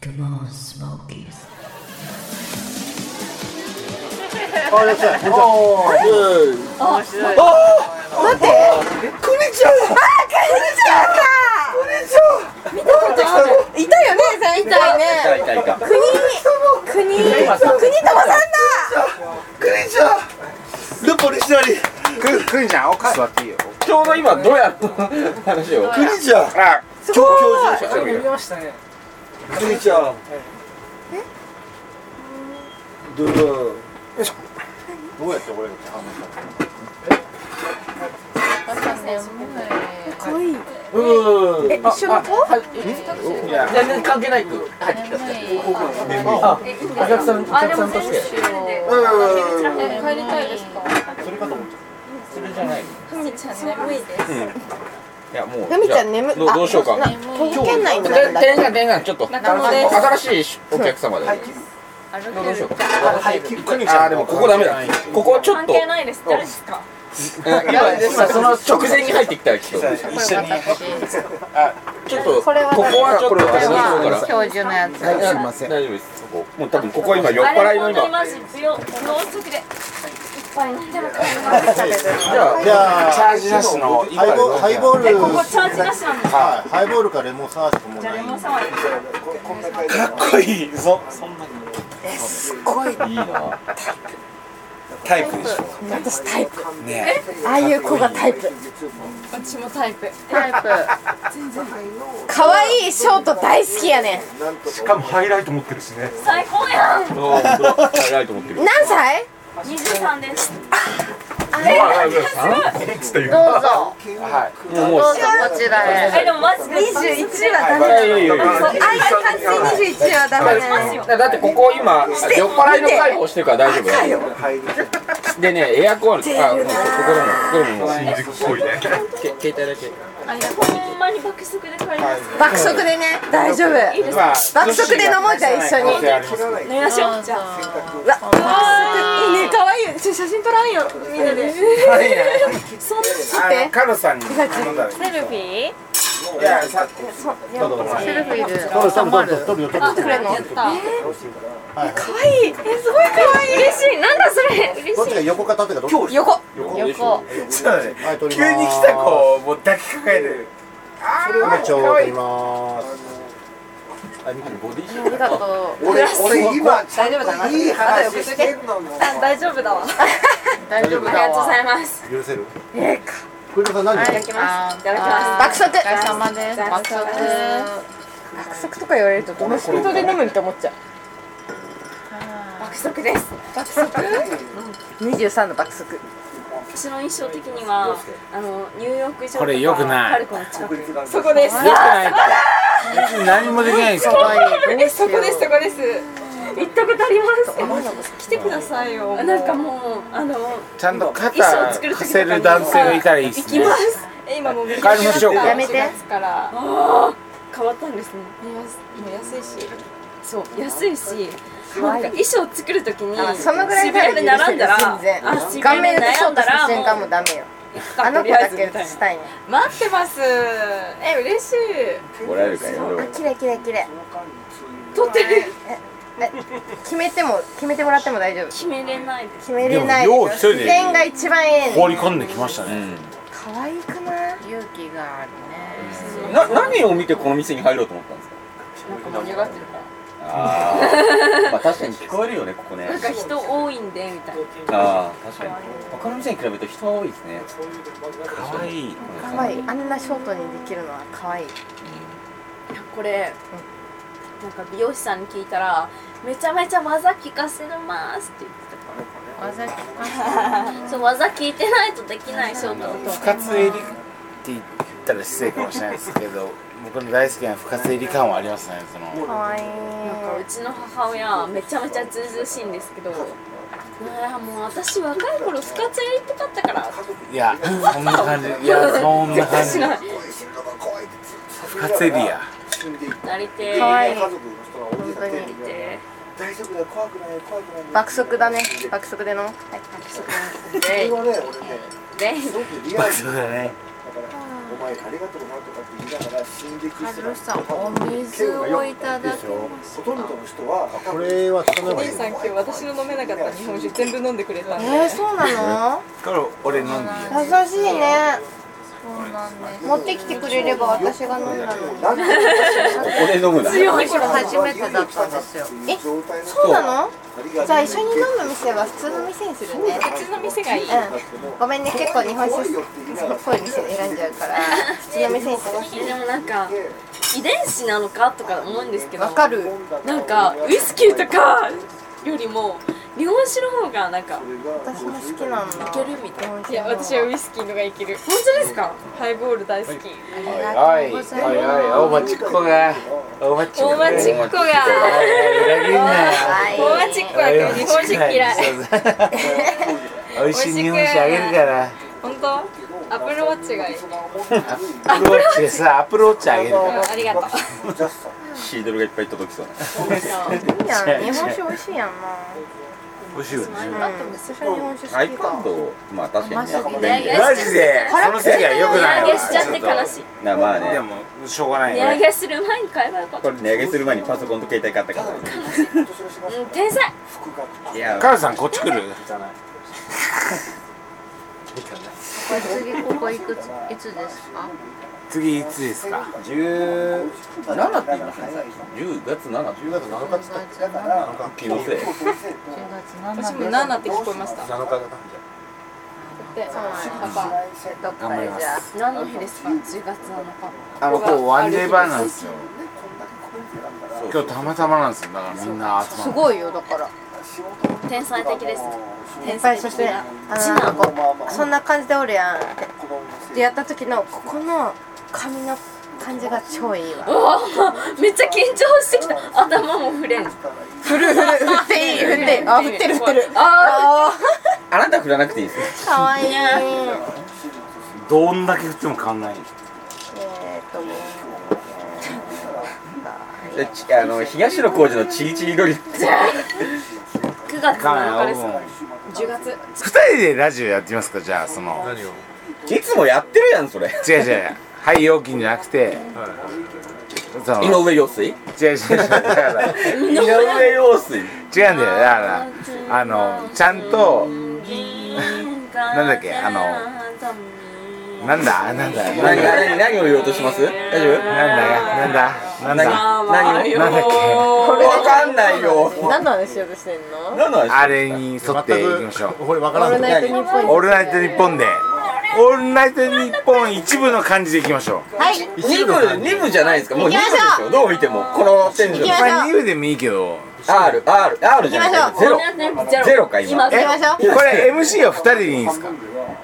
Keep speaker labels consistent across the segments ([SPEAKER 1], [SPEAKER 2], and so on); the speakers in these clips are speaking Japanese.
[SPEAKER 1] Come on, Smokies.
[SPEAKER 2] あれさ、
[SPEAKER 3] 面白い。
[SPEAKER 2] クリちゃんだ
[SPEAKER 4] あ、かりちゃんだ
[SPEAKER 2] クリちゃん見たことある
[SPEAKER 4] いたよね、前回ね
[SPEAKER 5] いたいた
[SPEAKER 4] 国、国、国友さんだ
[SPEAKER 2] クリちゃんルポリシナリ
[SPEAKER 6] くくんちゃん奥座っていいよ
[SPEAKER 5] ちょうど今どうやった話を
[SPEAKER 2] クリちゃん
[SPEAKER 6] あ
[SPEAKER 4] す
[SPEAKER 2] 教
[SPEAKER 4] ご
[SPEAKER 2] 教授
[SPEAKER 6] あ
[SPEAKER 3] 見ましたね。
[SPEAKER 2] クリちゃんどうだ
[SPEAKER 6] どうやって俺が
[SPEAKER 4] いかわいい
[SPEAKER 5] うん
[SPEAKER 4] え、一緒の子
[SPEAKER 6] いや
[SPEAKER 5] 全然関係ないく入ってきたあお客さんお客さんとして
[SPEAKER 7] 帰りたいですか。
[SPEAKER 6] それかと思っちゃっ
[SPEAKER 5] それじゃないい
[SPEAKER 7] ふみちゃん眠いです。
[SPEAKER 5] やもう
[SPEAKER 4] ふみちゃん眠
[SPEAKER 5] じゃあどうどうしようか
[SPEAKER 4] あな徒歩圏内の
[SPEAKER 5] て
[SPEAKER 4] 中だ
[SPEAKER 5] てんがてんがちょっと
[SPEAKER 7] 中野です
[SPEAKER 5] 新しいお客様でどうしようか
[SPEAKER 6] たはいくにちゃん
[SPEAKER 5] あーでもここダメだここちょっ
[SPEAKER 7] 関
[SPEAKER 5] と
[SPEAKER 7] 係ないです。誰ですか。
[SPEAKER 5] 今今その直前に入ってきたらちょっと
[SPEAKER 6] 一緒に
[SPEAKER 5] ちょっとここ
[SPEAKER 4] これは
[SPEAKER 5] はちょっとあれにしようから
[SPEAKER 4] 教授のやつ
[SPEAKER 5] 大丈夫です大丈夫ですここもう多分ここは今酔っ払いの
[SPEAKER 7] あれ本当に
[SPEAKER 5] 今
[SPEAKER 7] マジ秒秒速でいっぱい飲んでも帰ります。
[SPEAKER 5] じゃあ
[SPEAKER 8] じゃあ
[SPEAKER 6] チャージなしの
[SPEAKER 8] ハイボハイボール
[SPEAKER 7] ここチャージなしなんですか。
[SPEAKER 8] はいハイボールかレモンサワーしかもう
[SPEAKER 7] じゃあ
[SPEAKER 8] な
[SPEAKER 7] レ
[SPEAKER 8] い
[SPEAKER 7] モンサワーで。
[SPEAKER 6] かっこいいぞそんな
[SPEAKER 5] いいな
[SPEAKER 6] タイプでし
[SPEAKER 4] 私タイプ
[SPEAKER 6] ょね
[SPEAKER 4] ああいう子がタイプ
[SPEAKER 7] 私もタイプ。
[SPEAKER 4] タイプ可愛いショート大好きやねん
[SPEAKER 6] しかもハイライト持ってるしね
[SPEAKER 7] 最高やん。
[SPEAKER 5] 早いと思ってる
[SPEAKER 4] 何歳
[SPEAKER 7] 二十三です。
[SPEAKER 4] どうぞ
[SPEAKER 5] もうもう
[SPEAKER 4] こちら
[SPEAKER 7] えでもマジで。
[SPEAKER 4] 21はダメ
[SPEAKER 5] いやいやいやい
[SPEAKER 4] ああいう感じ21はダメだね
[SPEAKER 5] やだってここ今酔っ払いの介護してるから大丈夫大丈夫でねエアコンあここでもここでももう新宿っぽいね携帯だけ
[SPEAKER 7] あいやほんまに爆速で帰ります。
[SPEAKER 4] 爆速でね大丈夫
[SPEAKER 6] まあ
[SPEAKER 4] 爆速で飲もうじゃあ一緒に
[SPEAKER 7] 飲みましょう。じゃあ。
[SPEAKER 4] うわ爆速いいね可愛いよちょ写真撮らんよみんなで
[SPEAKER 7] そんなセ
[SPEAKER 6] あのカノさんに頼んだらい
[SPEAKER 7] ルフィー？
[SPEAKER 6] やさ
[SPEAKER 4] セルフいる
[SPEAKER 8] 取る取る取る取る取る
[SPEAKER 4] 撮ってくれんの
[SPEAKER 7] やった。
[SPEAKER 4] 可愛いえすごい可愛い
[SPEAKER 7] 嬉しい。なんだそれ。嬉しい
[SPEAKER 8] どっちが横か縦かどっち
[SPEAKER 4] 横
[SPEAKER 6] ちょっとね
[SPEAKER 8] はい取り
[SPEAKER 6] 急
[SPEAKER 8] ます
[SPEAKER 6] に来た子をもう抱きかかえるあー
[SPEAKER 8] めっち
[SPEAKER 6] か
[SPEAKER 8] ゃ
[SPEAKER 6] わ
[SPEAKER 8] 取
[SPEAKER 6] い
[SPEAKER 8] り
[SPEAKER 6] い
[SPEAKER 8] ます
[SPEAKER 4] ありがとう
[SPEAKER 6] 俺俺今
[SPEAKER 4] 大丈夫だない
[SPEAKER 6] い話してんのも
[SPEAKER 7] あ大丈夫だわ。あ
[SPEAKER 4] 大丈夫
[SPEAKER 7] りがとうございます。
[SPEAKER 8] 許せる栗山さん何
[SPEAKER 7] いただきます。いただきま
[SPEAKER 4] 爆速
[SPEAKER 1] 様です。
[SPEAKER 7] 爆速
[SPEAKER 4] 爆速とか言われるとどのスピードで飲むんって思っちゃう
[SPEAKER 7] す。爆速です。
[SPEAKER 4] 23の爆速
[SPEAKER 7] 私の印象的にはあのニューヨーク城と
[SPEAKER 6] これ良くない
[SPEAKER 7] パルコの近くそこです
[SPEAKER 6] 良くないって別に何もできないですよ
[SPEAKER 7] えそこですそこです行ったことあります来てくださいよなんかもうあの
[SPEAKER 6] ちゃんと肩
[SPEAKER 7] 衣装作る時とか
[SPEAKER 6] 貸
[SPEAKER 7] に
[SPEAKER 6] せる男性がいたらいいっ
[SPEAKER 7] 行
[SPEAKER 6] す
[SPEAKER 7] き
[SPEAKER 6] ね
[SPEAKER 7] ますえ今もう
[SPEAKER 6] 帰りましょうか
[SPEAKER 4] やめて
[SPEAKER 7] 4月から変わったんですねもう安いしそう安いしなんか衣装作るときに
[SPEAKER 4] そのぐらい
[SPEAKER 7] 渋谷で並んだら
[SPEAKER 4] 全然
[SPEAKER 7] あ渋
[SPEAKER 4] 顔
[SPEAKER 7] 谷
[SPEAKER 4] 面
[SPEAKER 7] で
[SPEAKER 4] でショ
[SPEAKER 7] 悩ん
[SPEAKER 4] ート
[SPEAKER 7] だ
[SPEAKER 4] した
[SPEAKER 7] ら
[SPEAKER 4] 瞬間
[SPEAKER 7] も
[SPEAKER 4] も
[SPEAKER 7] う
[SPEAKER 4] ダメよ
[SPEAKER 7] あ
[SPEAKER 4] あの
[SPEAKER 7] の
[SPEAKER 4] 子
[SPEAKER 7] 子だ
[SPEAKER 4] だ
[SPEAKER 7] け
[SPEAKER 4] け
[SPEAKER 7] みたい
[SPEAKER 4] 映し
[SPEAKER 7] な
[SPEAKER 4] たいね
[SPEAKER 7] 待ってますえ嬉しい
[SPEAKER 5] もらえるかよ
[SPEAKER 4] あ綺麗綺麗綺麗
[SPEAKER 7] 撮ってる
[SPEAKER 4] 決めても決めてもらっても大丈夫
[SPEAKER 7] 決めれないです
[SPEAKER 4] 決めれない
[SPEAKER 6] でもよう一人で
[SPEAKER 4] 自然が一番ええね
[SPEAKER 6] 放り込んできましたね
[SPEAKER 4] 可愛くない
[SPEAKER 1] 勇気があるね。
[SPEAKER 5] な何を見てこの店に入ろうと思ったんですかあー まあ確かに聞こえるよねここね
[SPEAKER 7] なんか人多いんでみたいな
[SPEAKER 5] あー確かに他の店に比べると人は多いですね
[SPEAKER 6] 可愛い
[SPEAKER 4] 可愛いあんなショートにできるのは可愛い
[SPEAKER 7] これなんか美容師さんに聞いたらめちゃめちゃ技聞かせますって言って
[SPEAKER 1] 技利か
[SPEAKER 7] たからそう技聞いてないとできないショートの
[SPEAKER 6] 深津絵里って言ったら失礼かもしれないですけど僕の大好きな深津絵里感はありますねその
[SPEAKER 4] 可愛い
[SPEAKER 7] なんかうちの母親めちゃめちゃずうずうしいんですけどああもう私若い頃深津やりたかったから
[SPEAKER 6] いやそんな感じいやそ んな感じ
[SPEAKER 7] しない
[SPEAKER 6] 深津絵里や
[SPEAKER 7] なりて
[SPEAKER 4] 可愛い
[SPEAKER 7] な
[SPEAKER 4] 本当に
[SPEAKER 7] りて
[SPEAKER 4] 爆速だね爆速での
[SPEAKER 7] えで
[SPEAKER 6] 爆笑だね
[SPEAKER 2] お前ありがとうなとかって言いながら進撃
[SPEAKER 1] カ
[SPEAKER 2] して
[SPEAKER 1] ズ
[SPEAKER 2] た
[SPEAKER 1] オさんお水をいただきまし
[SPEAKER 2] ほとんどの人は
[SPEAKER 8] これはつかない
[SPEAKER 7] お
[SPEAKER 8] 方がい
[SPEAKER 7] 姉
[SPEAKER 8] い
[SPEAKER 7] さん今日私の飲めなかった日本酒全部飲んでくれたん
[SPEAKER 1] た
[SPEAKER 7] で
[SPEAKER 1] えー、そうなの
[SPEAKER 6] から俺飲んでいい
[SPEAKER 4] 優しいね
[SPEAKER 1] そうなんです
[SPEAKER 4] 持ってきてくれれば私が飲んだのに
[SPEAKER 2] なんで
[SPEAKER 5] 俺飲むな
[SPEAKER 1] 強いこれ初めてだったんですよ
[SPEAKER 4] えそうなのじゃあ一緒に飲む店は普通の店にするね
[SPEAKER 7] 普通の店がいい
[SPEAKER 4] うんごめんね結構日本酒っぽい店選んじゃうから普通の店にす る
[SPEAKER 7] でもなんか遺伝子なのかとか思うんですけど
[SPEAKER 4] わかる
[SPEAKER 7] なんかウイスキーとかよりも日本酒の方がなんか
[SPEAKER 4] 私も好きなんだ
[SPEAKER 7] いけるみたいないいや私はウイスキーのがいける本当ですかハイボール大好き
[SPEAKER 6] おいおいおいおいお待ちっこがお待ちっこ
[SPEAKER 7] 大
[SPEAKER 6] が
[SPEAKER 7] 町っ子
[SPEAKER 6] 裏
[SPEAKER 7] が
[SPEAKER 6] 切んなよ
[SPEAKER 7] 大町っ子は今日日本酒嫌い
[SPEAKER 6] 美味しい日本酒あげるから
[SPEAKER 7] 本当アップルウォッチがいい
[SPEAKER 6] アプローチでさアプローチあげるから
[SPEAKER 7] ありがとう
[SPEAKER 5] シードルがいっぱい届きそう
[SPEAKER 4] いいやん日本酒美味しいやんな
[SPEAKER 6] 美味しいよね
[SPEAKER 4] だって私は日本酒好きだ
[SPEAKER 5] iPad をまあ確かにね
[SPEAKER 1] 甘すぎ
[SPEAKER 5] 便利
[SPEAKER 1] ない
[SPEAKER 5] だよ
[SPEAKER 6] マジでその席は良くない
[SPEAKER 7] 値
[SPEAKER 6] わ
[SPEAKER 7] 上げしちゃって悲しい
[SPEAKER 5] なまあね
[SPEAKER 6] でもしょうがない
[SPEAKER 7] 値上
[SPEAKER 6] よね
[SPEAKER 7] げする前に買えばよかった
[SPEAKER 5] これ値上げする前にパソコンと携帯買ったから
[SPEAKER 7] うん天才
[SPEAKER 5] いや
[SPEAKER 6] 母さんこっち来る
[SPEAKER 1] これ次ここいくついつですか
[SPEAKER 6] 次いつですか
[SPEAKER 5] 17って言いましたね最初10月7って
[SPEAKER 8] 10月7日っつった
[SPEAKER 1] 10月
[SPEAKER 5] 気のせい
[SPEAKER 1] 7
[SPEAKER 7] 私も7って聞こえました
[SPEAKER 8] 7日だ
[SPEAKER 7] で
[SPEAKER 1] そうなんです
[SPEAKER 7] パパ
[SPEAKER 1] どっかでじゃあ
[SPEAKER 7] 何の日ですか10月7日
[SPEAKER 6] あのこうワンデーバーなんですよ
[SPEAKER 5] そう
[SPEAKER 6] 今日たまたまなんですよだからみんな集まする
[SPEAKER 4] ごいよだから
[SPEAKER 7] 天才的です
[SPEAKER 4] やっぱりそしてあのなんかこうそんな感じでおるやんでやった時のここの髪の感じが超いいわ
[SPEAKER 7] めっちゃ緊張してきた頭も触れん
[SPEAKER 4] 振る振る振っていい振っていいあ振ってる振ってるあ
[SPEAKER 5] あなた振らなくていいですよ
[SPEAKER 4] あかわいい
[SPEAKER 6] どんだけ振っても変わんない
[SPEAKER 4] えーっともう
[SPEAKER 5] でちあの東野幸治のチリチリドリ
[SPEAKER 7] 9月
[SPEAKER 6] 変わんな
[SPEAKER 7] 7日
[SPEAKER 6] い
[SPEAKER 7] で
[SPEAKER 6] 僕
[SPEAKER 7] す
[SPEAKER 6] も
[SPEAKER 7] 10月
[SPEAKER 6] 二人でラジオやってみますかじゃあその
[SPEAKER 8] 何を
[SPEAKER 5] いつもやってるやんそれ
[SPEAKER 6] 違う違うはい料金じゃなくてその
[SPEAKER 5] 井
[SPEAKER 6] 違う
[SPEAKER 5] 上陽水
[SPEAKER 6] 違う違うだから
[SPEAKER 5] 井上陽水
[SPEAKER 6] 違うんだよだからあのちゃんと
[SPEAKER 7] なん
[SPEAKER 6] だっけあ
[SPEAKER 7] の
[SPEAKER 6] なんだなんだ
[SPEAKER 5] 何
[SPEAKER 6] なんだ
[SPEAKER 5] 何何を言おうとします大丈夫
[SPEAKER 6] なんだなんだなんだ
[SPEAKER 5] 何
[SPEAKER 6] なんだっ
[SPEAKER 5] わかんないよ
[SPEAKER 4] 何の話しようとしてんの
[SPEAKER 5] 何の話
[SPEAKER 6] あれに沿っていきましょう
[SPEAKER 8] これ分からん
[SPEAKER 4] オールナイトニッポン
[SPEAKER 6] オールナイトニッポンでオールナイトニッポン一部の感じでいきましょう
[SPEAKER 4] はい
[SPEAKER 5] 二部二部じゃないですかもう二部
[SPEAKER 4] 行き
[SPEAKER 5] で
[SPEAKER 4] まし
[SPEAKER 5] し
[SPEAKER 4] ょ
[SPEAKER 5] ょどう見てもこのテンシ
[SPEAKER 4] 行
[SPEAKER 5] ョン
[SPEAKER 4] きましょう
[SPEAKER 6] まあ二部でもいいけど
[SPEAKER 5] R R R じゃな
[SPEAKER 4] 行
[SPEAKER 5] い
[SPEAKER 4] き
[SPEAKER 5] ゼロゼロか
[SPEAKER 7] 今
[SPEAKER 5] 今
[SPEAKER 7] ゼ
[SPEAKER 4] 行
[SPEAKER 7] ロ
[SPEAKER 4] きましょう
[SPEAKER 6] これ MC は二人でいいんですか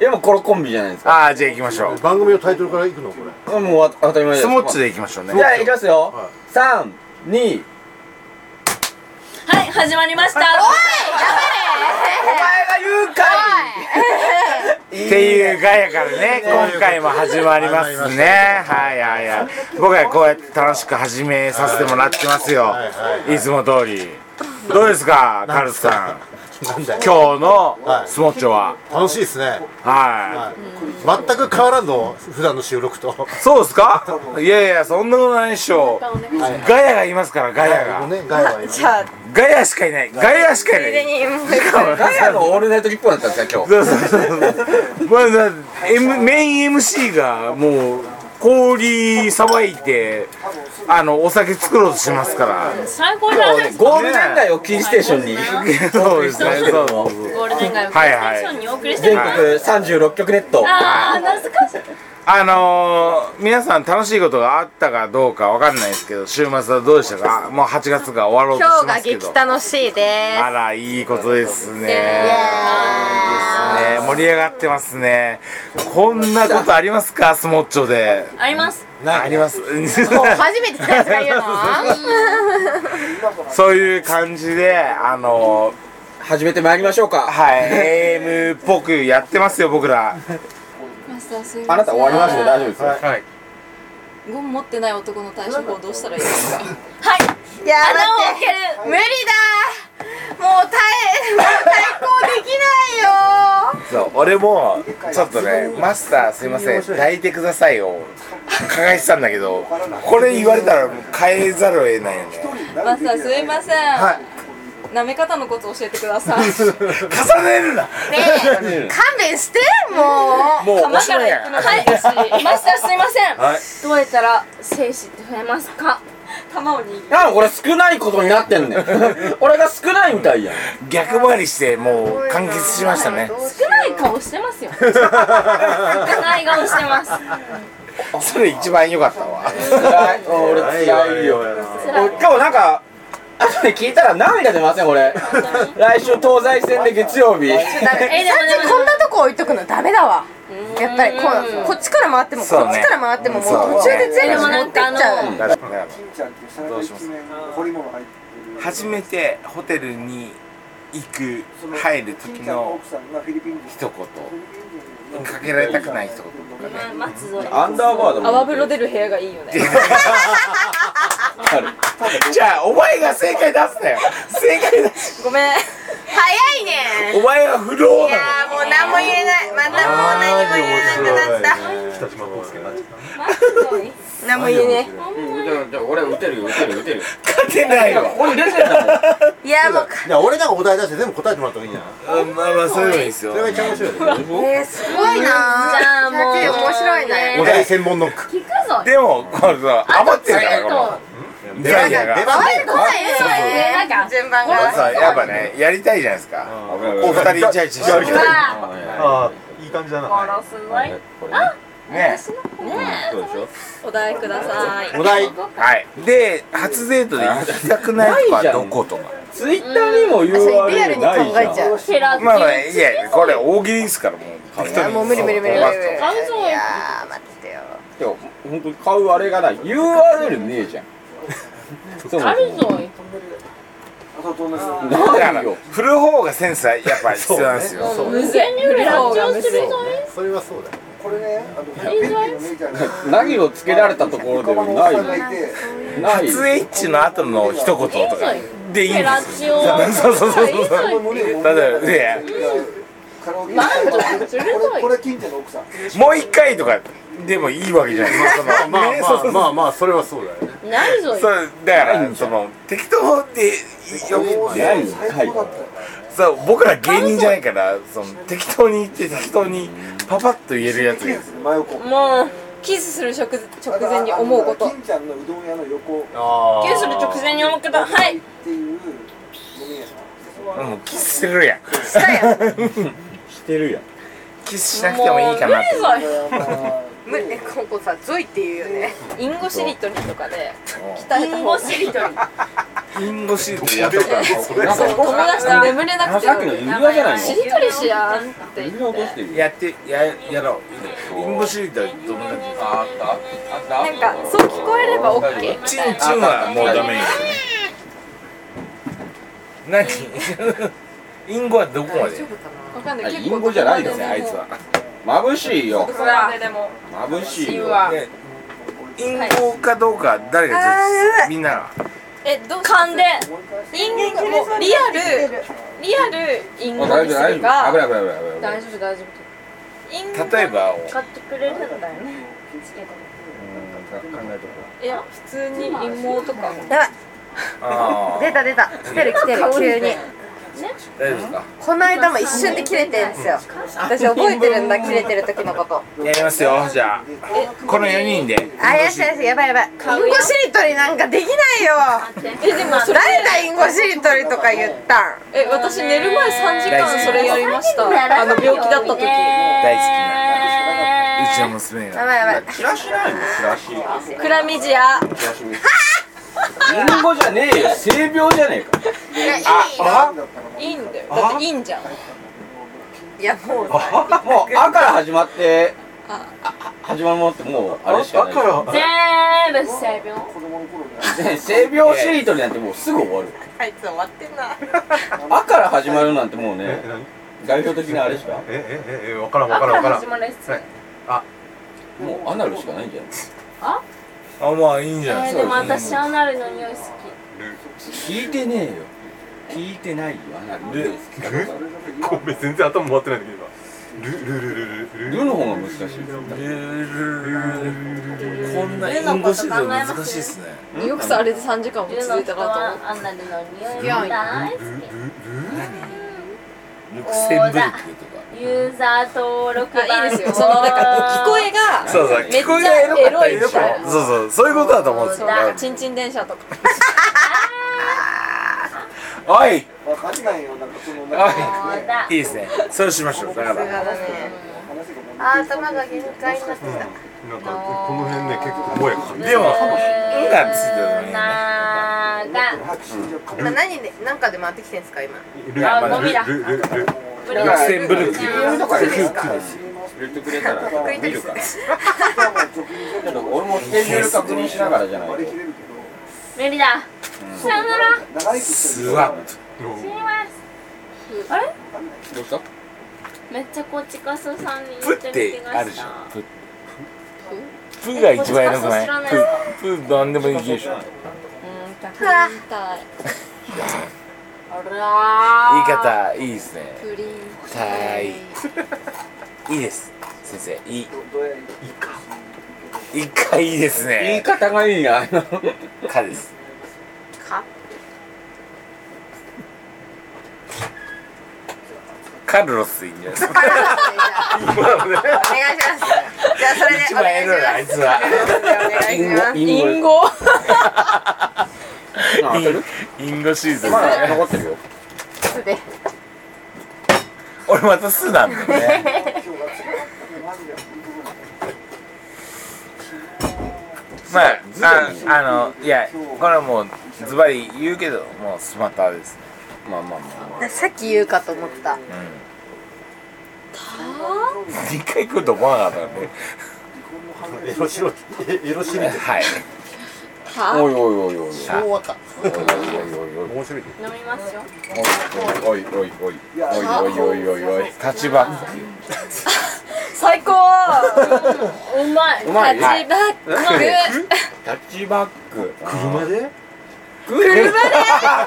[SPEAKER 5] いやもうこのコンビじゃないですか
[SPEAKER 6] ああじゃあ行きましょう
[SPEAKER 8] 番組のタイトルからいくのこれ
[SPEAKER 5] もうわ当たり前です
[SPEAKER 6] スモッチでいきましょうね
[SPEAKER 5] じゃあいきますよ
[SPEAKER 8] は
[SPEAKER 5] 三二
[SPEAKER 7] はい始まりました
[SPEAKER 5] お前が言うか
[SPEAKER 6] っていうガヤからね今回も始まりますねはいはいはい僕はこうやって楽しく始めさせてもらってますよ
[SPEAKER 8] はいはい
[SPEAKER 6] いつも通りどうですかカルスさん
[SPEAKER 8] なんだよ
[SPEAKER 6] 今日の
[SPEAKER 8] はい
[SPEAKER 6] スモッチョは
[SPEAKER 8] 楽しいですね
[SPEAKER 6] は
[SPEAKER 8] 全く変わらんの普段の収録と
[SPEAKER 6] いそうですかいやいやそんなことないでしょガヤがいますからガヤ
[SPEAKER 8] もう
[SPEAKER 6] が
[SPEAKER 8] ねガヤは今
[SPEAKER 4] じゃあ
[SPEAKER 6] ガヤしかいないガヤしかいな
[SPEAKER 4] つ
[SPEAKER 6] い
[SPEAKER 4] いでにもう
[SPEAKER 5] いガヤのオールナイト日本だったんですか 今日
[SPEAKER 6] そうそうそう。まあ、だ M メイン MC がもう氷さばいてあのお酒作ろうとしますから。
[SPEAKER 7] 最高
[SPEAKER 5] 今
[SPEAKER 7] だ
[SPEAKER 5] 日ねゴールデン街をキーステーションに
[SPEAKER 6] そうですね。そうそうそう
[SPEAKER 7] ゴールデン街を
[SPEAKER 6] はいはい
[SPEAKER 7] ステーションにお送りして
[SPEAKER 5] 全
[SPEAKER 7] ます
[SPEAKER 5] 国三十六局ネット
[SPEAKER 7] あー懐かしい
[SPEAKER 6] あのー、皆さん楽しいことがあったかどうかわかんないですけど週末はどうでしたか。もう8月が終わろうと
[SPEAKER 4] 今
[SPEAKER 6] し
[SPEAKER 4] 日
[SPEAKER 6] ま
[SPEAKER 4] が
[SPEAKER 6] すけ
[SPEAKER 4] 激
[SPEAKER 6] ど。
[SPEAKER 4] 楽しいで
[SPEAKER 6] あらいいことですね。
[SPEAKER 4] ー
[SPEAKER 6] ね盛り上がってますね。こんなことありますかスモッチョで。
[SPEAKER 7] あります
[SPEAKER 6] あります。
[SPEAKER 4] す初めて来たやつが言うの
[SPEAKER 6] そういう感じで、あの
[SPEAKER 5] 始めてまいりましょうか
[SPEAKER 6] はい、AM っぽくやってますよ、僕ら。
[SPEAKER 5] あなた終わりました大丈夫ですよ
[SPEAKER 6] はい。
[SPEAKER 7] ゴム持ってない男の対処法どうしたらいいですか
[SPEAKER 4] いや
[SPEAKER 7] 穴を
[SPEAKER 4] だって
[SPEAKER 7] 開ける
[SPEAKER 4] 無理だもう耐えもう対抗できないよ
[SPEAKER 6] そう俺もちょっとねマスターすいません抱いてくださいを伺いしてたんだけどこれ言われたらもう変えざるを得ないよね
[SPEAKER 7] マスターすいません、
[SPEAKER 8] はい
[SPEAKER 7] 舐め方のコツ教えてください
[SPEAKER 6] 重ねるな
[SPEAKER 4] え勘弁してもう
[SPEAKER 6] もうお
[SPEAKER 7] 釜
[SPEAKER 6] し
[SPEAKER 7] か
[SPEAKER 6] ま
[SPEAKER 7] ら
[SPEAKER 6] い
[SPEAKER 7] 行く
[SPEAKER 6] や
[SPEAKER 7] のはいマスターすいません、
[SPEAKER 6] はい
[SPEAKER 7] どうやったら精子って増えますか玉を握る
[SPEAKER 5] なんかこれ少ないことになってん ねん俺が少ないみたいやん
[SPEAKER 6] 逆回りしてもう完結しまし たね
[SPEAKER 7] 少ない顔してますよ少ない顔してます
[SPEAKER 6] それ一番良かったわ
[SPEAKER 5] 辛い俺辛いよ俺今日なんか後で聞いたら涙出ません俺来週東西線で月曜 日
[SPEAKER 4] ダメ
[SPEAKER 7] えでも
[SPEAKER 4] さっきこんなとこ置いとくのダメだわやっぱりこうこっちから回ってもこ
[SPEAKER 6] そうね
[SPEAKER 4] っちから回ってももう
[SPEAKER 6] そうね
[SPEAKER 4] 途中で全部
[SPEAKER 6] でも
[SPEAKER 4] 持
[SPEAKER 7] な
[SPEAKER 4] って
[SPEAKER 7] ん
[SPEAKER 4] っち
[SPEAKER 7] かあの
[SPEAKER 4] ゃう
[SPEAKER 5] うん
[SPEAKER 6] だから
[SPEAKER 2] どうします
[SPEAKER 6] 初めてホテルに行く入る時の一言かけられたくない一言とかね
[SPEAKER 7] 待つぞ
[SPEAKER 5] アンダーバーだもん
[SPEAKER 7] 泡風呂出る部屋がいいよね
[SPEAKER 5] ある
[SPEAKER 6] じゃあお前が正解出すなよ正解出す
[SPEAKER 7] ごめん
[SPEAKER 4] 早いね
[SPEAKER 6] お前は不老
[SPEAKER 4] いや
[SPEAKER 6] な
[SPEAKER 4] ーもう何も言えないまたもう何も言えなくなった
[SPEAKER 7] 待つぞい
[SPEAKER 4] 何も言えね
[SPEAKER 5] じゃあ俺打てるよ打てるよ打てる
[SPEAKER 6] の
[SPEAKER 5] よ
[SPEAKER 6] 勝てないよ
[SPEAKER 5] 俺出てんだもん
[SPEAKER 4] えいやもう
[SPEAKER 8] いや俺なんかお題出して全部答えてもらったらいいんじゃない
[SPEAKER 6] あまあまあそういうのいいですよ
[SPEAKER 8] それが一番面白いよね
[SPEAKER 4] えー、すごいなー
[SPEAKER 7] じゃあもう
[SPEAKER 4] 100円面白いね
[SPEAKER 8] お題専門の
[SPEAKER 7] 聞くぞ
[SPEAKER 6] でもこれさ余ってるからこの
[SPEAKER 8] 出番
[SPEAKER 6] いやいや
[SPEAKER 8] 出番
[SPEAKER 4] 怖いね
[SPEAKER 7] そうそう
[SPEAKER 4] なんか順番が
[SPEAKER 6] まずはやっぱねやりたいじゃないですかお二人イチャイチャしてるから
[SPEAKER 7] あ
[SPEAKER 5] あ
[SPEAKER 8] いい感じだな
[SPEAKER 7] 殺すぞい
[SPEAKER 6] ね
[SPEAKER 5] そうでしょ
[SPEAKER 7] お題ください
[SPEAKER 8] お題
[SPEAKER 6] はいで初デートで行きたくないとこはどことか
[SPEAKER 5] ツイッターにも
[SPEAKER 4] それリアルに
[SPEAKER 5] URL
[SPEAKER 4] 考
[SPEAKER 5] な
[SPEAKER 4] え
[SPEAKER 5] いじゃん
[SPEAKER 4] ちゃう
[SPEAKER 7] テラ
[SPEAKER 6] まあまあいやこれ大喜利ですからもう適当に
[SPEAKER 4] もう無理無理無理無理
[SPEAKER 6] そう
[SPEAKER 7] 買うぞ
[SPEAKER 4] いやー待ってよ
[SPEAKER 5] でも本当に買うあれがない URL ねえじゃん そう
[SPEAKER 7] あるぞい
[SPEAKER 6] だか
[SPEAKER 5] な
[SPEAKER 6] ら
[SPEAKER 5] いよ
[SPEAKER 6] 振る方がセンスはやっぱ必要なんですよ
[SPEAKER 7] 無限に売れ方が無線
[SPEAKER 8] それはそうだよ
[SPEAKER 2] これね、あの、
[SPEAKER 5] 何をつけられたところでもないよないよ
[SPEAKER 6] 初エッチの後の一言とかでいいんで
[SPEAKER 7] テラ
[SPEAKER 6] す
[SPEAKER 7] チオ
[SPEAKER 6] よそうそうそうそうそう
[SPEAKER 2] これ近所の奥さん。
[SPEAKER 6] もう一回とかでもいいわけじゃないですかその
[SPEAKER 8] まあ
[SPEAKER 6] ねそうそう
[SPEAKER 8] まあまあそれはそうだよね
[SPEAKER 7] ないぞい
[SPEAKER 6] そうだからその適当でよくて
[SPEAKER 5] ないよないよ
[SPEAKER 6] そう僕ら芸人じゃないからその適当に言って適当にパパッと言えるやつがいいです
[SPEAKER 7] もうキスする直直前に思うこと
[SPEAKER 2] 金ちゃんのうどん屋の横っ
[SPEAKER 8] あ
[SPEAKER 7] キスする直前に思うことはい
[SPEAKER 2] ていう飲み屋
[SPEAKER 6] うんキスしてるやん
[SPEAKER 4] したやん
[SPEAKER 5] してるやん
[SPEAKER 6] キスしなくてもいいかなって
[SPEAKER 7] 無理ぞ
[SPEAKER 4] 無理ここさゾイって言うよね
[SPEAKER 7] いインゴしりとりとかで鍛えた方がいい
[SPEAKER 6] インゴシールでやったから
[SPEAKER 7] そう友達と眠れなくて
[SPEAKER 5] さっきの指輪じゃないの
[SPEAKER 7] しりとりしやんって言
[SPEAKER 5] 指輪
[SPEAKER 7] っ
[SPEAKER 5] 落としててるよ
[SPEAKER 6] やってややろうインゴシールでどんな感じ
[SPEAKER 5] あったあった
[SPEAKER 7] なんかそう聞こえれば OK み
[SPEAKER 6] チ
[SPEAKER 7] たい
[SPEAKER 6] ン
[SPEAKER 7] な
[SPEAKER 6] チンはもうダメですよね何インゴはどこまで
[SPEAKER 7] わかんない
[SPEAKER 5] あ
[SPEAKER 7] 結
[SPEAKER 5] イ
[SPEAKER 7] 構
[SPEAKER 5] ンゴじゃないですねあいつは眩しいよ
[SPEAKER 7] ここまででも
[SPEAKER 5] 眩しい
[SPEAKER 7] い
[SPEAKER 5] よ
[SPEAKER 7] わ
[SPEAKER 6] ねインゴかどうか誰がジャッジするみんなが
[SPEAKER 7] えどう勘でインゴもうリアルリアルインゴ
[SPEAKER 5] あ
[SPEAKER 7] に
[SPEAKER 5] 大
[SPEAKER 7] す
[SPEAKER 5] 丈夫大
[SPEAKER 7] る
[SPEAKER 5] 丈夫
[SPEAKER 7] か
[SPEAKER 5] 危ない危ない危ない危ない
[SPEAKER 7] 大丈夫大丈夫インゴ
[SPEAKER 6] 例えば
[SPEAKER 7] 買ってくれるんだよね
[SPEAKER 5] うん考えとこ
[SPEAKER 7] いや普通に妹とかも
[SPEAKER 4] やばい
[SPEAKER 6] あー
[SPEAKER 4] 出た出た来てる来てる急に
[SPEAKER 6] 大丈夫ですか
[SPEAKER 4] この間も一瞬で切れてるんですよ私覚えてるんだ切れてる時のこと
[SPEAKER 6] やりますよじゃあこの4人で
[SPEAKER 4] あやしやしやばいやばいイン
[SPEAKER 7] うよ
[SPEAKER 4] ゴしりとりなんかできないよ
[SPEAKER 7] えでもそれ
[SPEAKER 4] 誰がインゴしりとりとか言ったん
[SPEAKER 7] え 私寝る前3時間それやりましたあの病気だった
[SPEAKER 6] 大好
[SPEAKER 7] 時
[SPEAKER 6] きなうちの娘
[SPEAKER 4] や
[SPEAKER 6] が
[SPEAKER 4] ばいやばいう
[SPEAKER 5] チラシないのチラシチ
[SPEAKER 7] クラミジア
[SPEAKER 5] ラシインゴじゃねえよ性病じゃねえか
[SPEAKER 6] あ
[SPEAKER 7] いいんだよだっていいんじゃん
[SPEAKER 4] いやもう
[SPEAKER 5] もう「あ」から始まってああ始まるものってもうあれしかない
[SPEAKER 7] 全部性病
[SPEAKER 5] ね性病しりとりなんてもうすぐ終わる
[SPEAKER 4] あいつ終わってんな
[SPEAKER 5] あから始まるなんてもうね代表的なあれしか
[SPEAKER 8] ええええ分からん
[SPEAKER 7] あ
[SPEAKER 8] 分
[SPEAKER 7] か
[SPEAKER 8] からん分かららん
[SPEAKER 7] 始まるやつ
[SPEAKER 5] もうアナルしかないんじゃない
[SPEAKER 6] あまあいいんじゃない
[SPEAKER 7] えーでも私アナルの匂い好き
[SPEAKER 5] 聞いてねえよ聞いてないよアナル
[SPEAKER 8] ごめん全然頭回ってないんだけど今ルルルルルル
[SPEAKER 5] ルの方が難しいですね
[SPEAKER 6] こんなインドシーズン難しいですね
[SPEAKER 7] よくさあれで3時間も
[SPEAKER 1] ル
[SPEAKER 7] 続
[SPEAKER 1] の
[SPEAKER 7] いた
[SPEAKER 1] 人
[SPEAKER 7] なと思
[SPEAKER 1] は
[SPEAKER 7] っ
[SPEAKER 1] アンナルの匂い
[SPEAKER 4] 強
[SPEAKER 1] が
[SPEAKER 4] い
[SPEAKER 1] 大好き
[SPEAKER 6] ルクセンブルクとか
[SPEAKER 1] ユーザー登録
[SPEAKER 7] てあ
[SPEAKER 1] 番
[SPEAKER 7] い
[SPEAKER 1] 号
[SPEAKER 7] いですよそのなんか聞こえが
[SPEAKER 6] そうそう
[SPEAKER 7] めっ
[SPEAKER 6] 聞こえ
[SPEAKER 7] ち
[SPEAKER 6] が
[SPEAKER 7] ゃ
[SPEAKER 6] エロか
[SPEAKER 7] エ
[SPEAKER 6] った
[SPEAKER 7] ロ
[SPEAKER 6] り
[SPEAKER 7] いみ
[SPEAKER 6] とか
[SPEAKER 7] たいな
[SPEAKER 6] そうそうそういうことだと思うんですよね
[SPEAKER 1] そうだ
[SPEAKER 7] ちんちん電車とか
[SPEAKER 6] おいい
[SPEAKER 2] わかんないよ、なんかその、
[SPEAKER 6] おい
[SPEAKER 1] そうだ
[SPEAKER 6] いですねそれしましょうだか
[SPEAKER 4] さす
[SPEAKER 6] ら
[SPEAKER 4] がだねあ
[SPEAKER 2] 話がもう
[SPEAKER 4] ー頭が限界になってきた
[SPEAKER 8] うんなんかこの辺ね結構声がかかる
[SPEAKER 6] でも「う」がついてるのにね
[SPEAKER 1] なーが
[SPEAKER 2] 拍手じゃか
[SPEAKER 4] 今何で何かで回ってきてんですか今
[SPEAKER 8] ルル
[SPEAKER 1] あゴミだ
[SPEAKER 8] ルルルル
[SPEAKER 6] ル
[SPEAKER 1] ブ
[SPEAKER 6] クセンブルク
[SPEAKER 1] ル
[SPEAKER 6] これルク
[SPEAKER 5] 入れてくれたら
[SPEAKER 4] クリト
[SPEAKER 5] 見
[SPEAKER 4] リ
[SPEAKER 5] る
[SPEAKER 4] ス
[SPEAKER 5] から
[SPEAKER 2] 俗に言うけ
[SPEAKER 5] 俺
[SPEAKER 2] ど
[SPEAKER 5] もスケジュール確認しながらじゃない
[SPEAKER 2] 割
[SPEAKER 5] と
[SPEAKER 2] り切れるけ
[SPEAKER 1] 無理だ
[SPEAKER 2] ど、
[SPEAKER 1] さよなら
[SPEAKER 2] 長生きして
[SPEAKER 6] ス
[SPEAKER 2] る
[SPEAKER 6] ワッ
[SPEAKER 1] 死にますあれ
[SPEAKER 5] どうした
[SPEAKER 1] めっちゃこっちこそさんに
[SPEAKER 6] プ
[SPEAKER 1] 似
[SPEAKER 6] って
[SPEAKER 1] る気
[SPEAKER 6] てあ
[SPEAKER 1] が
[SPEAKER 6] るで
[SPEAKER 1] し
[SPEAKER 6] しょ
[SPEAKER 1] た
[SPEAKER 6] ププが一番やばくないププなんでもいけるでしょ
[SPEAKER 7] うん痛い痛い
[SPEAKER 1] あら
[SPEAKER 6] 言い
[SPEAKER 1] ー
[SPEAKER 6] 方いいですね
[SPEAKER 7] プリン
[SPEAKER 6] たいいいです先生いい
[SPEAKER 2] どうやり
[SPEAKER 6] 一回いいです
[SPEAKER 5] 言い
[SPEAKER 6] ね
[SPEAKER 5] 方がいいな
[SPEAKER 6] かです
[SPEAKER 4] か
[SPEAKER 6] カルロスいいんじゃないですか
[SPEAKER 4] お願いします。じゃあそれで
[SPEAKER 6] 一
[SPEAKER 4] お
[SPEAKER 6] 番
[SPEAKER 4] 願
[SPEAKER 6] エロいあ
[SPEAKER 4] い
[SPEAKER 6] い
[SPEAKER 4] し
[SPEAKER 6] つは
[SPEAKER 4] ます。お願いし ます。
[SPEAKER 7] リンゴ
[SPEAKER 5] 当てる
[SPEAKER 6] インゴシーズン
[SPEAKER 5] まあ残ってるよ
[SPEAKER 4] すで
[SPEAKER 6] 俺またスなんだよねまあああのいやこれはもうズバリ言うけどもうスマタですね
[SPEAKER 5] まあまあま
[SPEAKER 4] さっき言うかと思った。
[SPEAKER 6] うん一回来ると思わなかったんで
[SPEAKER 8] エロしろえエロしみて
[SPEAKER 6] はい
[SPEAKER 5] あ おいおいおいおいおいおいおいおい
[SPEAKER 6] 終わった
[SPEAKER 8] 面白いね
[SPEAKER 1] 飲みますよ
[SPEAKER 5] おいおいおいおいおいおいおいおいおい
[SPEAKER 6] タッチバック
[SPEAKER 7] 最高
[SPEAKER 1] うまいう
[SPEAKER 5] まい
[SPEAKER 7] 立ちバック
[SPEAKER 5] タッチバック
[SPEAKER 8] 車で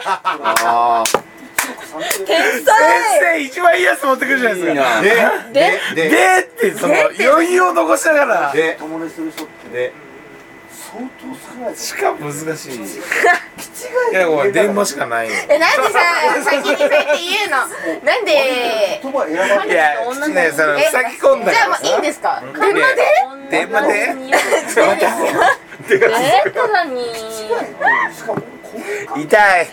[SPEAKER 5] あー
[SPEAKER 7] 天才
[SPEAKER 6] 先生一番いいやつ持ってくるじゃないですか
[SPEAKER 5] いい
[SPEAKER 7] で
[SPEAKER 6] でってその余韻を残しながら
[SPEAKER 8] で
[SPEAKER 2] 友達する人って
[SPEAKER 8] で
[SPEAKER 2] 相当少ないです
[SPEAKER 6] しかも難しいいやこれ電話しかないよ
[SPEAKER 4] えなんでさ先にそうやって言うの？なんで？
[SPEAKER 2] 言葉選ばない
[SPEAKER 6] いやねその
[SPEAKER 4] え
[SPEAKER 6] 塞ぎ込んだ
[SPEAKER 4] じゃあ
[SPEAKER 6] から
[SPEAKER 4] も
[SPEAKER 6] さ
[SPEAKER 4] ういいんですか？車で？
[SPEAKER 6] 電話で
[SPEAKER 1] でえただに
[SPEAKER 2] しかもこういう感
[SPEAKER 6] 痛い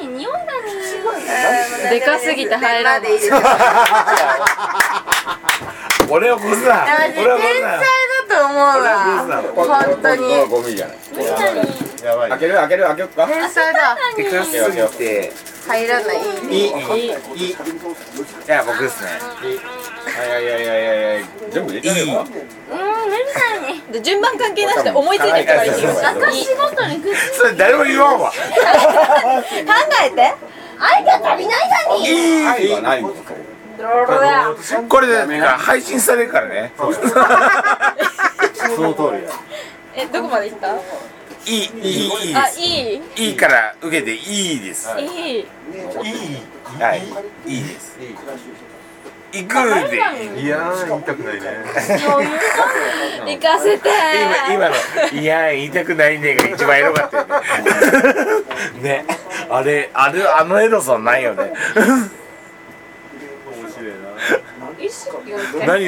[SPEAKER 1] いい匂いだね
[SPEAKER 7] でかすぎて入らない
[SPEAKER 4] でいいです。天才
[SPEAKER 6] 俺を殺すな俺を殺すな
[SPEAKER 4] だと思うわ。本当
[SPEAKER 5] これ
[SPEAKER 4] に
[SPEAKER 5] ゴミじゃない
[SPEAKER 1] 無理だに
[SPEAKER 8] やばい
[SPEAKER 5] 開ける開ける開けよっか
[SPEAKER 4] 天才だ。
[SPEAKER 6] でかすぎて
[SPEAKER 4] 入らない。
[SPEAKER 6] いいいいいい
[SPEAKER 2] じ喋りそうですね
[SPEAKER 6] じゃあ僕ですね
[SPEAKER 5] はいはいはいはいはい全部入れちゃうよ
[SPEAKER 1] うん無理だに
[SPEAKER 7] で順番関係なしで思いついた人から言う
[SPEAKER 6] そうそうそう
[SPEAKER 7] いい
[SPEAKER 1] 私ごとに口
[SPEAKER 6] それ誰も言わ んわ
[SPEAKER 7] 考えて
[SPEAKER 1] 愛が足りないだに
[SPEAKER 5] いいないもん
[SPEAKER 6] これで配信されるからね
[SPEAKER 8] その通りや
[SPEAKER 7] えどこまで行った
[SPEAKER 6] いいいいいいで
[SPEAKER 7] あ
[SPEAKER 6] す
[SPEAKER 7] いい
[SPEAKER 6] いいから受けていいですはい
[SPEAKER 7] いい
[SPEAKER 6] いいです行くで
[SPEAKER 8] いやー言いたくないね
[SPEAKER 7] 行かせて
[SPEAKER 6] 今今の「いや言いたくないね」が一番エロかったよ ねねあれあれあのエロさないよ ね
[SPEAKER 8] 面白いな
[SPEAKER 7] 意識を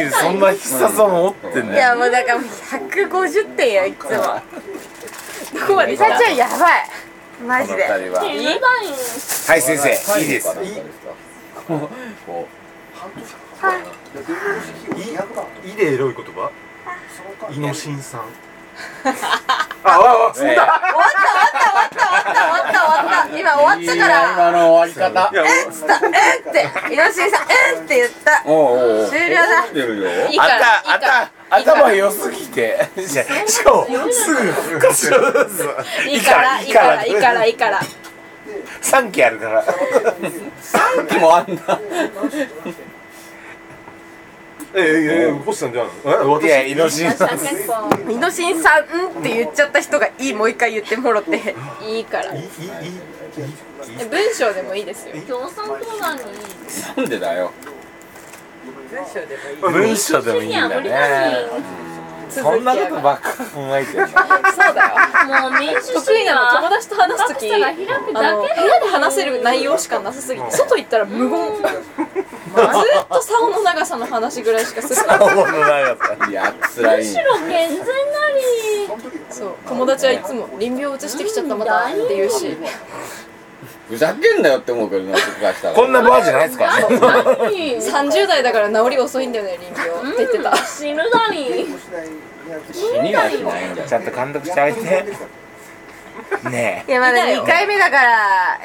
[SPEAKER 6] 何そんな必殺技持ってん
[SPEAKER 4] い
[SPEAKER 6] ね
[SPEAKER 4] やもうだからもう150点よいつも。
[SPEAKER 7] どこまで
[SPEAKER 4] リ
[SPEAKER 7] 行っ
[SPEAKER 4] サちゃんやばい。マジ
[SPEAKER 6] この
[SPEAKER 4] で。
[SPEAKER 6] 二人は
[SPEAKER 1] 無理だに
[SPEAKER 6] はい先生いいです
[SPEAKER 5] いいこ
[SPEAKER 8] いでエロい言葉イノシ ン酸
[SPEAKER 6] あそんな
[SPEAKER 4] 終わった終わった今終わったから
[SPEAKER 5] 今の終わり 方
[SPEAKER 8] いや
[SPEAKER 4] 「うん」ってイノシンさん「うん」って言った
[SPEAKER 5] おうおうおう
[SPEAKER 4] 終了だ
[SPEAKER 5] 出るよ
[SPEAKER 7] いいから
[SPEAKER 6] あ
[SPEAKER 7] いいから
[SPEAKER 6] たあた頭良すぎてしかもすぐ復活する
[SPEAKER 7] いいからいいからいいからいいから
[SPEAKER 6] 3期あるから
[SPEAKER 5] さっきもあんな
[SPEAKER 8] えええ星さんじゃんえ
[SPEAKER 6] いや
[SPEAKER 8] 私
[SPEAKER 6] イノシンさん
[SPEAKER 1] 結構
[SPEAKER 4] イノシンさん「うん」って言っちゃった人がいいもう一回言ってもろって
[SPEAKER 7] いいから
[SPEAKER 8] いいいい
[SPEAKER 7] 文章でもいいですよ
[SPEAKER 1] 共産党だに
[SPEAKER 5] なんでだよ
[SPEAKER 6] 文章でもいいんだねそんなことばっか考えてるの
[SPEAKER 7] そうだよ
[SPEAKER 1] もう民主
[SPEAKER 7] 得
[SPEAKER 1] 主
[SPEAKER 7] 意
[SPEAKER 1] 義
[SPEAKER 7] なの
[SPEAKER 1] は
[SPEAKER 7] 友達と話す
[SPEAKER 1] 格
[SPEAKER 7] とき
[SPEAKER 1] 差が開く
[SPEAKER 7] あの
[SPEAKER 1] だ
[SPEAKER 7] 部屋で話せる内容しかなさすぎて外行ったら無言ずっと竿の長さの話ぐらいしかするから
[SPEAKER 6] 顔の長さ
[SPEAKER 5] いや辛い
[SPEAKER 1] けの健全なり
[SPEAKER 7] そう友達はいつも臨病移してきちゃったまたって言うし
[SPEAKER 5] ふざけんなよって思うけどなそこからしたら
[SPEAKER 6] こんなバーじゃないですからね
[SPEAKER 1] 何
[SPEAKER 7] 30代だから治り遅いんだよね臨病って言ってた
[SPEAKER 1] 死ぬだり
[SPEAKER 5] 死にはしないんだよ
[SPEAKER 6] ちゃんと監督してあげてね
[SPEAKER 4] いやまだ2回目だから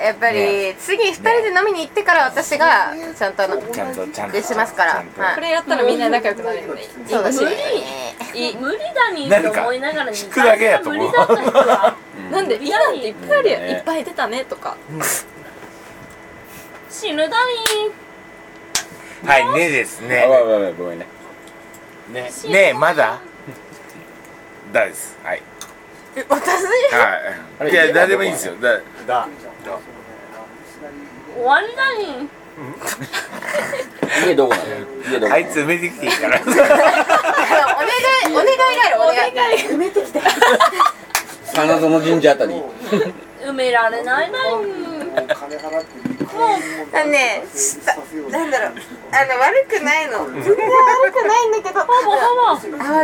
[SPEAKER 4] やっぱ
[SPEAKER 6] ね
[SPEAKER 4] り次2人で飲みに行ってから私がちゃんとあの
[SPEAKER 6] えちゃんとちゃんと
[SPEAKER 4] でしますから
[SPEAKER 6] ちゃんと
[SPEAKER 4] はい
[SPEAKER 7] これやったらみんな仲良くなれるよね
[SPEAKER 4] そうだし
[SPEAKER 1] 無理
[SPEAKER 7] いい
[SPEAKER 1] 無理だにって思いながら
[SPEAKER 6] 聞くだけやと思う
[SPEAKER 1] 無理だった人は
[SPEAKER 7] なんで「いいなんていっぱいあるよ
[SPEAKER 5] うん
[SPEAKER 7] いっぱい出たね」とか
[SPEAKER 1] 死ぬだり
[SPEAKER 6] はいねえですね
[SPEAKER 5] あごめんごめんごめんね
[SPEAKER 6] ねねえまだだですはい
[SPEAKER 4] え私
[SPEAKER 6] はいいや誰でもいいですよだ
[SPEAKER 8] だ
[SPEAKER 1] 終わりだに
[SPEAKER 5] 家どこなの家どこなの
[SPEAKER 6] あいつ埋めてきていい から
[SPEAKER 4] お願いお願いがあるお願い
[SPEAKER 5] 花園神社あたり
[SPEAKER 1] 埋められないだに
[SPEAKER 4] あのねしたなんだろうあの悪くないの全然悪くないんだけ ど合わ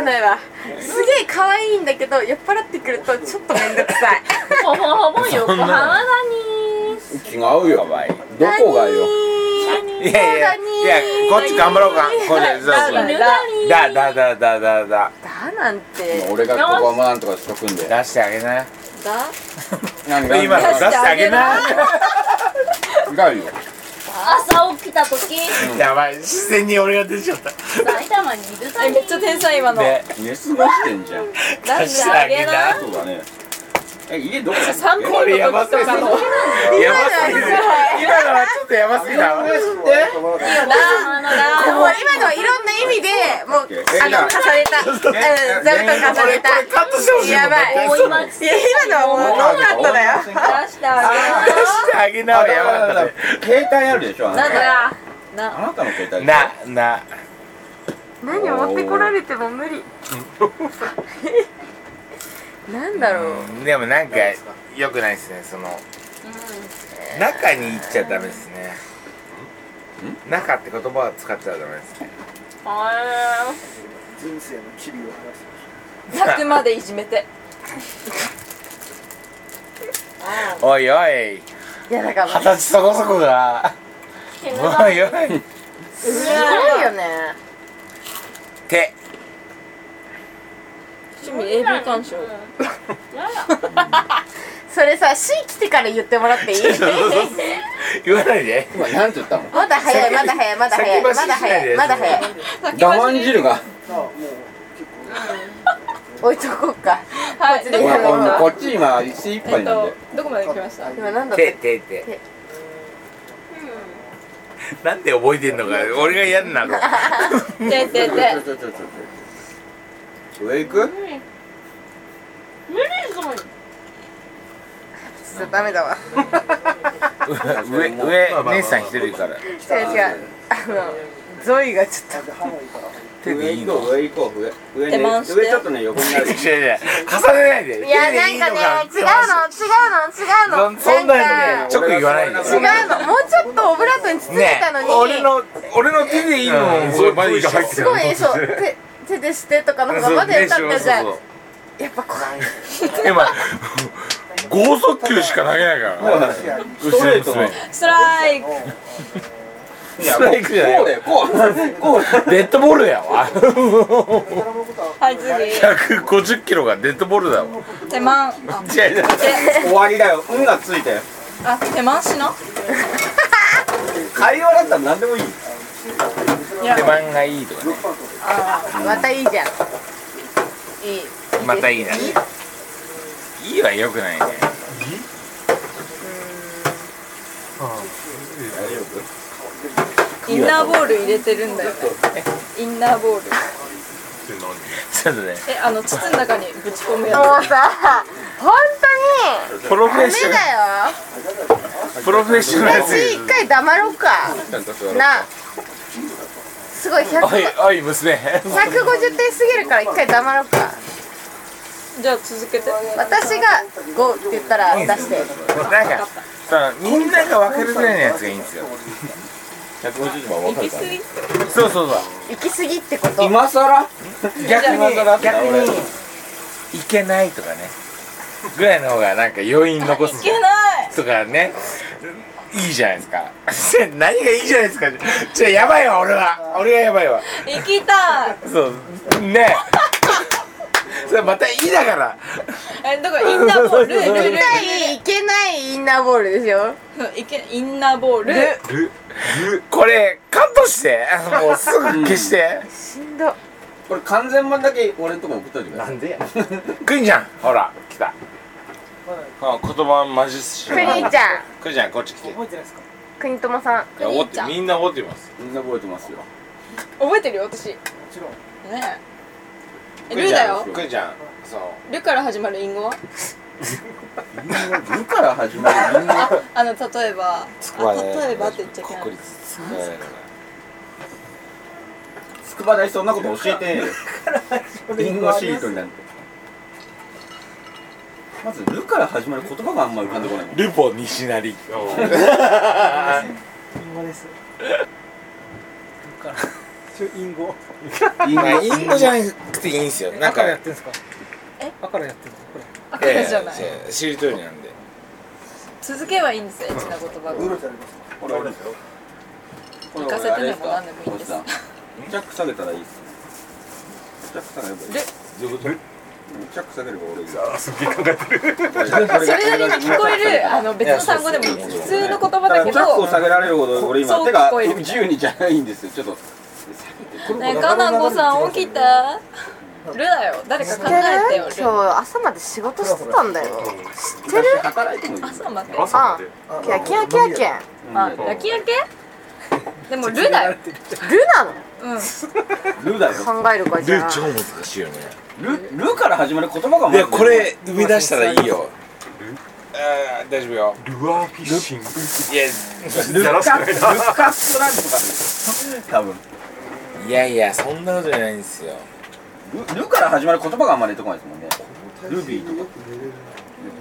[SPEAKER 4] ないわすげえ可愛いんだけど酔っ払ってくるとちょっとめんどく さい
[SPEAKER 1] ほぼほぼ横浜だに
[SPEAKER 5] 違うよどこがよ
[SPEAKER 6] いやいやいやこっち頑張ろうかこれそう
[SPEAKER 4] だ
[SPEAKER 6] そう
[SPEAKER 4] だ
[SPEAKER 6] だだだだだだ
[SPEAKER 4] だなんて
[SPEAKER 5] 俺がここはまあなんとかしとくんで
[SPEAKER 6] 出してあげな
[SPEAKER 7] だ
[SPEAKER 5] なんか
[SPEAKER 6] 今の出してあげな
[SPEAKER 5] 違うよ
[SPEAKER 1] 朝起きた時
[SPEAKER 6] やばい自然に俺が出ちゃった
[SPEAKER 1] 埼玉にいるだ
[SPEAKER 7] え
[SPEAKER 1] に
[SPEAKER 7] めっちゃ天才今の
[SPEAKER 6] で
[SPEAKER 5] 寝過ごしてんじゃん
[SPEAKER 7] なん
[SPEAKER 6] 出し
[SPEAKER 7] で
[SPEAKER 6] て
[SPEAKER 7] あ
[SPEAKER 6] あ
[SPEAKER 7] げ
[SPEAKER 6] げ
[SPEAKER 7] な
[SPEAKER 6] な
[SPEAKER 5] そうだねえ家どこだ
[SPEAKER 7] 散歩
[SPEAKER 6] これや
[SPEAKER 7] の
[SPEAKER 6] ば
[SPEAKER 7] 時
[SPEAKER 6] すぎ
[SPEAKER 7] と
[SPEAKER 6] るやば
[SPEAKER 7] かの
[SPEAKER 6] すぎる今のはちょっとやばすぎた
[SPEAKER 1] あのな
[SPEAKER 4] もう今のはいろんな意味でもう
[SPEAKER 5] え
[SPEAKER 4] あの
[SPEAKER 5] な
[SPEAKER 4] 重ねたうん座布団重ね
[SPEAKER 6] これカットしてほ
[SPEAKER 4] た
[SPEAKER 6] しいもん
[SPEAKER 4] やばい
[SPEAKER 1] 大井町
[SPEAKER 4] いや今のはもうノーカットだよ
[SPEAKER 7] 出してあげな
[SPEAKER 6] 出してあげなはやばかったね
[SPEAKER 5] 携帯あるでしょあな
[SPEAKER 7] なん
[SPEAKER 5] た
[SPEAKER 7] だ
[SPEAKER 5] あなたの携帯
[SPEAKER 6] なな
[SPEAKER 4] 何を持ってこられても無理なんだろう
[SPEAKER 6] でもなんか良くないですねその、中に行っちゃダメですね中って言葉を使っちゃダメですね
[SPEAKER 1] あ
[SPEAKER 7] 泣くまでいじめて
[SPEAKER 6] お
[SPEAKER 4] い
[SPEAKER 6] いおい
[SPEAKER 4] やだから
[SPEAKER 6] 二十歳そこそこが
[SPEAKER 1] ーけど
[SPEAKER 6] おいおい
[SPEAKER 4] すごいよね
[SPEAKER 6] 手
[SPEAKER 7] 趣味 AV 鑑賞
[SPEAKER 4] それさ C 来てから言ってもら っていい
[SPEAKER 6] 言わないで
[SPEAKER 5] 今なんて言ったの
[SPEAKER 4] まだ早いまだ早いまだ早いま
[SPEAKER 6] 先走
[SPEAKER 4] だ
[SPEAKER 6] しない
[SPEAKER 4] 早い
[SPEAKER 6] で
[SPEAKER 4] まだ早い
[SPEAKER 5] 我慢汁が
[SPEAKER 4] 置いとこうか
[SPEAKER 7] はい
[SPEAKER 4] こっちでやろう
[SPEAKER 5] こっち今一
[SPEAKER 7] え
[SPEAKER 5] 杯
[SPEAKER 7] っ
[SPEAKER 5] なん
[SPEAKER 7] と
[SPEAKER 5] で
[SPEAKER 7] どこまで来ました
[SPEAKER 4] 今なんだっ
[SPEAKER 6] 手
[SPEAKER 4] て
[SPEAKER 6] 手手
[SPEAKER 4] 手
[SPEAKER 6] なんで覚えてんのか俺が嫌になる
[SPEAKER 7] ててて
[SPEAKER 5] ちょちょちょちょちょ上行く
[SPEAKER 4] ちょっとダメだわ
[SPEAKER 6] 上上姉さん一人いるか
[SPEAKER 4] 違
[SPEAKER 6] ら
[SPEAKER 4] う違うあのゾイがちょっと
[SPEAKER 6] 手で
[SPEAKER 5] 上
[SPEAKER 6] いい
[SPEAKER 5] 行
[SPEAKER 6] の
[SPEAKER 5] こう上行こう上上ね
[SPEAKER 7] 手回して
[SPEAKER 5] 上ちょっとね横になる
[SPEAKER 6] 違う違う重ねないで
[SPEAKER 4] いや
[SPEAKER 6] 手で
[SPEAKER 4] ないん
[SPEAKER 6] い
[SPEAKER 4] か
[SPEAKER 6] の
[SPEAKER 4] ね違うの違うの違うの
[SPEAKER 6] そそんな
[SPEAKER 4] な
[SPEAKER 6] の
[SPEAKER 4] ん
[SPEAKER 6] ね
[SPEAKER 4] か
[SPEAKER 6] ちょく言わないで
[SPEAKER 4] 違うのもうちょっとオブラートに包んで
[SPEAKER 6] ね
[SPEAKER 4] たの
[SPEAKER 6] え
[SPEAKER 4] に
[SPEAKER 6] 俺の俺の手でいいの
[SPEAKER 8] うん
[SPEAKER 6] それ前に一緒
[SPEAKER 8] そういう声が入って
[SPEAKER 4] すごいそう手手でしてとかの方がまだ良かったじゃん
[SPEAKER 6] そう
[SPEAKER 4] やっぱこ
[SPEAKER 6] そう今 剛速球しか投げないから
[SPEAKER 5] ストレートの
[SPEAKER 7] ストライク
[SPEAKER 5] いや
[SPEAKER 6] ストライクじゃない
[SPEAKER 5] こうだよこうこう
[SPEAKER 6] デッドボールやわ
[SPEAKER 7] はい次
[SPEAKER 6] 150キロがデッドボールだわ
[SPEAKER 7] 手満あ
[SPEAKER 6] 違う違う
[SPEAKER 5] 終わりだよ運がついたよ
[SPEAKER 7] あ手満しな
[SPEAKER 5] 会話だったら何でもいい
[SPEAKER 6] 手番がいいとかね
[SPEAKER 4] うまたいいじゃん
[SPEAKER 7] いい
[SPEAKER 6] またいいな。いいは良くないね。
[SPEAKER 7] インナーボール入れてるんだよねインナーボール
[SPEAKER 6] ちょっとね、
[SPEAKER 7] えあの筒の中 にぶち込むや
[SPEAKER 4] もうさ本当に
[SPEAKER 6] プロフェッ
[SPEAKER 4] ダ
[SPEAKER 6] ショ
[SPEAKER 4] メ
[SPEAKER 6] ナ
[SPEAKER 4] だよ
[SPEAKER 6] ル、プロフェッショナル
[SPEAKER 4] 私一回黙ろうか
[SPEAKER 5] ちゃんと座ろう
[SPEAKER 4] なすごい100
[SPEAKER 6] おいおい娘
[SPEAKER 4] 150点すぎるから一回黙ろうか
[SPEAKER 7] じゃあ続けて
[SPEAKER 4] 私が5って言ったら出して
[SPEAKER 6] なんかさみんなが分かるぐらいのやつがいいんですよ
[SPEAKER 5] 150番分かるからね
[SPEAKER 6] そうそうそう
[SPEAKER 4] 行き過ぎってこと
[SPEAKER 5] 今更
[SPEAKER 6] 逆
[SPEAKER 5] 今
[SPEAKER 6] に
[SPEAKER 5] 更
[SPEAKER 6] 逆にいけないとかねぐらいの方がなんか余韻残すいけないとかねいいじゃないですか 何がいいじゃないですかじゃあやばいわ俺は俺がやばいわ
[SPEAKER 7] 行きたい
[SPEAKER 6] そうね えそれまたいいだから
[SPEAKER 7] えだからインナーボールルルルル
[SPEAKER 4] 行きたいいけないインナーボールですよ
[SPEAKER 7] うんいけインナーボール
[SPEAKER 8] ル
[SPEAKER 6] これカットしてもうすぐ消して
[SPEAKER 4] しんど
[SPEAKER 5] これ完全版だけ俺のとこ送っといてください
[SPEAKER 2] んでや
[SPEAKER 6] くんじゃんほら来たあ言葉マジっすし
[SPEAKER 4] くにちゃん
[SPEAKER 6] くんじゃんこっち来てい
[SPEAKER 3] 覚えてないですか
[SPEAKER 4] くにともさん
[SPEAKER 6] やおってみんな思ってます
[SPEAKER 5] みんな覚えてますよ
[SPEAKER 7] 覚えてるよ私ね
[SPEAKER 3] もちろん
[SPEAKER 7] えルだよ
[SPEAKER 6] くんじゃんそう
[SPEAKER 7] ルから始まる隠語は
[SPEAKER 5] ルから始まるみんな
[SPEAKER 7] あの例えばあ例えばって言っちゃいけない
[SPEAKER 6] 国立つくばやだから
[SPEAKER 5] 筑波大そんなこと教えてねえよリンゴシートになんてまず「ル」から始まる言葉があんま浮かんでこないもん
[SPEAKER 6] ルポ西成
[SPEAKER 3] インゴですだからちょインゴ
[SPEAKER 6] インゴインゴじゃなくていいんですよなん
[SPEAKER 3] 赤
[SPEAKER 6] か
[SPEAKER 3] でやってんすかえ赤でやってんのこれ
[SPEAKER 7] 赤じゃない
[SPEAKER 6] ややしりとりなんで
[SPEAKER 7] 続けばいいんですよエッチな言葉が
[SPEAKER 5] これ俺ですよこれ
[SPEAKER 7] 行かせてでも何でもいいです
[SPEAKER 5] これさジャック下げたらいいっすねジャック下げればいい
[SPEAKER 7] ル
[SPEAKER 5] どういうことうんジャック下げれば俺いいよ
[SPEAKER 8] すげえ考えてる
[SPEAKER 7] それなりに聞こえ るあの別の単語でもいいです普通の言葉だけ
[SPEAKER 5] ジャックを下
[SPEAKER 7] ど
[SPEAKER 5] げられるほど俺
[SPEAKER 7] そ
[SPEAKER 5] 今
[SPEAKER 7] う
[SPEAKER 5] 手が
[SPEAKER 7] 聞こえるみたい
[SPEAKER 5] 自由にじゃないんですよちょっと
[SPEAKER 7] ねえかなこさん起きたルだよ誰か考えて
[SPEAKER 4] 今
[SPEAKER 7] よ
[SPEAKER 4] 日
[SPEAKER 7] ル
[SPEAKER 4] 朝まで仕事してたんだよ知ってる
[SPEAKER 5] 働いてもいい
[SPEAKER 7] 朝待って
[SPEAKER 8] 朝って
[SPEAKER 4] キャキャキャキャ
[SPEAKER 7] あ夜勤 明けでもルだよ
[SPEAKER 4] ルなの
[SPEAKER 7] うん
[SPEAKER 5] ルだよ
[SPEAKER 4] 考えるかじゃあ
[SPEAKER 6] 難しいよね
[SPEAKER 5] ルルから始まる言葉がま
[SPEAKER 6] い
[SPEAKER 5] ず
[SPEAKER 6] やこれ生み出したらいいよあー大丈夫よ
[SPEAKER 8] ルアーフィッシング
[SPEAKER 6] いや
[SPEAKER 5] ル
[SPEAKER 8] やらしくないな
[SPEAKER 5] カスなんとかね多分
[SPEAKER 6] いやいやそんなことじゃないんですよ
[SPEAKER 5] ルルから始まる言葉があんまり出てこないですもんねルビーとか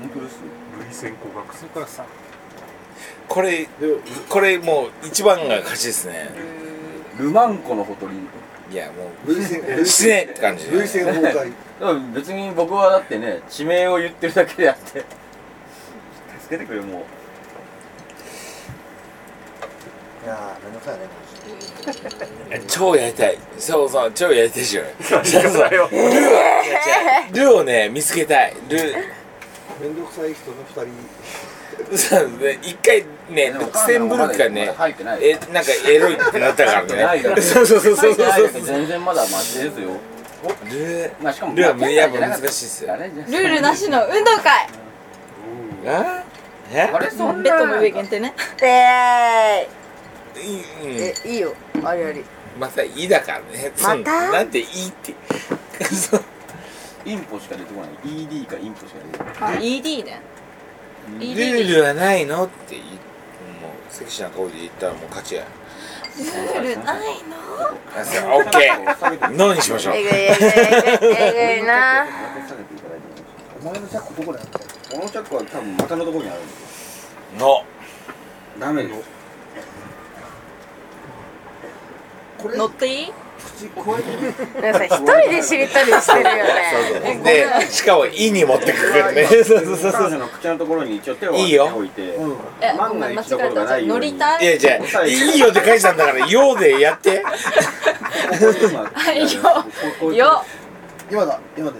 [SPEAKER 5] 本当ですよ
[SPEAKER 8] 類線工学生
[SPEAKER 3] ニコラスさん
[SPEAKER 6] これこれもう一番が勝ちですね
[SPEAKER 5] ルマンコのほとり
[SPEAKER 6] いやも
[SPEAKER 2] 類線
[SPEAKER 6] う死ねって感じ
[SPEAKER 2] 類線崩壊
[SPEAKER 5] でも別に僕はだってね地名を言ってるだけであって助けてくれよも
[SPEAKER 2] いやーめんどくさいね
[SPEAKER 6] 超やりたいそうそう超やりたいじゃんそうそうル
[SPEAKER 8] よ
[SPEAKER 6] ールーをね見つけたいルー
[SPEAKER 2] めんどくさい人の二人
[SPEAKER 6] そうね一回
[SPEAKER 5] う
[SPEAKER 6] ねルクセンブルクが
[SPEAKER 5] ま
[SPEAKER 6] ね
[SPEAKER 5] だ入ってない
[SPEAKER 6] えなんかエロいってなったから
[SPEAKER 5] 入ってないよ
[SPEAKER 6] ねそうそうそうそうそう
[SPEAKER 5] 入ってない
[SPEAKER 6] そ
[SPEAKER 5] よ
[SPEAKER 6] う
[SPEAKER 5] 全然まだマシですよ
[SPEAKER 6] ルー
[SPEAKER 5] まあしかも
[SPEAKER 6] ルーはもうやっぱ難しいっすよ
[SPEAKER 5] あれじゃ
[SPEAKER 7] ルールなしの運動会
[SPEAKER 6] あえ
[SPEAKER 5] あれそん
[SPEAKER 7] ベッド
[SPEAKER 5] な
[SPEAKER 7] の上限定ね
[SPEAKER 4] え
[SPEAKER 6] いいうん
[SPEAKER 4] ーいえいいよありあり
[SPEAKER 6] また「い」だからねその
[SPEAKER 4] また
[SPEAKER 6] なんて「い」ってそう
[SPEAKER 5] インポしか出てこない ED かインポしか出てこない
[SPEAKER 7] あ ED ね
[SPEAKER 6] ル
[SPEAKER 7] ED
[SPEAKER 6] ールはないのって言いもう関市の顔で言ったらもう勝ちや
[SPEAKER 7] ルールない
[SPEAKER 6] あそうオッケー
[SPEAKER 5] 下げて
[SPEAKER 6] ノーにしましょう
[SPEAKER 4] えぐいえぐいえぐいえぐいな
[SPEAKER 5] 下げていただいてもいいですかお前のチャックどこだよこのチャックは多分股のところにあるんですよ
[SPEAKER 6] ノ
[SPEAKER 5] ダメです
[SPEAKER 2] これ
[SPEAKER 7] 乗っていい
[SPEAKER 2] 口こえてる
[SPEAKER 4] なんかさ一人でしりとりしてるよね
[SPEAKER 6] ーでしかも「い」に持ってくる ねそうそうそうそ
[SPEAKER 5] 彼
[SPEAKER 6] う
[SPEAKER 5] 女の口のところに一応手を
[SPEAKER 6] いいよ
[SPEAKER 5] 置いて
[SPEAKER 2] うん
[SPEAKER 7] え
[SPEAKER 5] 万が一のことがないよう
[SPEAKER 7] 乗
[SPEAKER 5] に
[SPEAKER 7] りた
[SPEAKER 6] い
[SPEAKER 7] い
[SPEAKER 6] やじゃあ「いいよ」って書いてたんだから「よ」でやって
[SPEAKER 7] いよ
[SPEAKER 5] こう
[SPEAKER 7] よ
[SPEAKER 2] 今だ今だ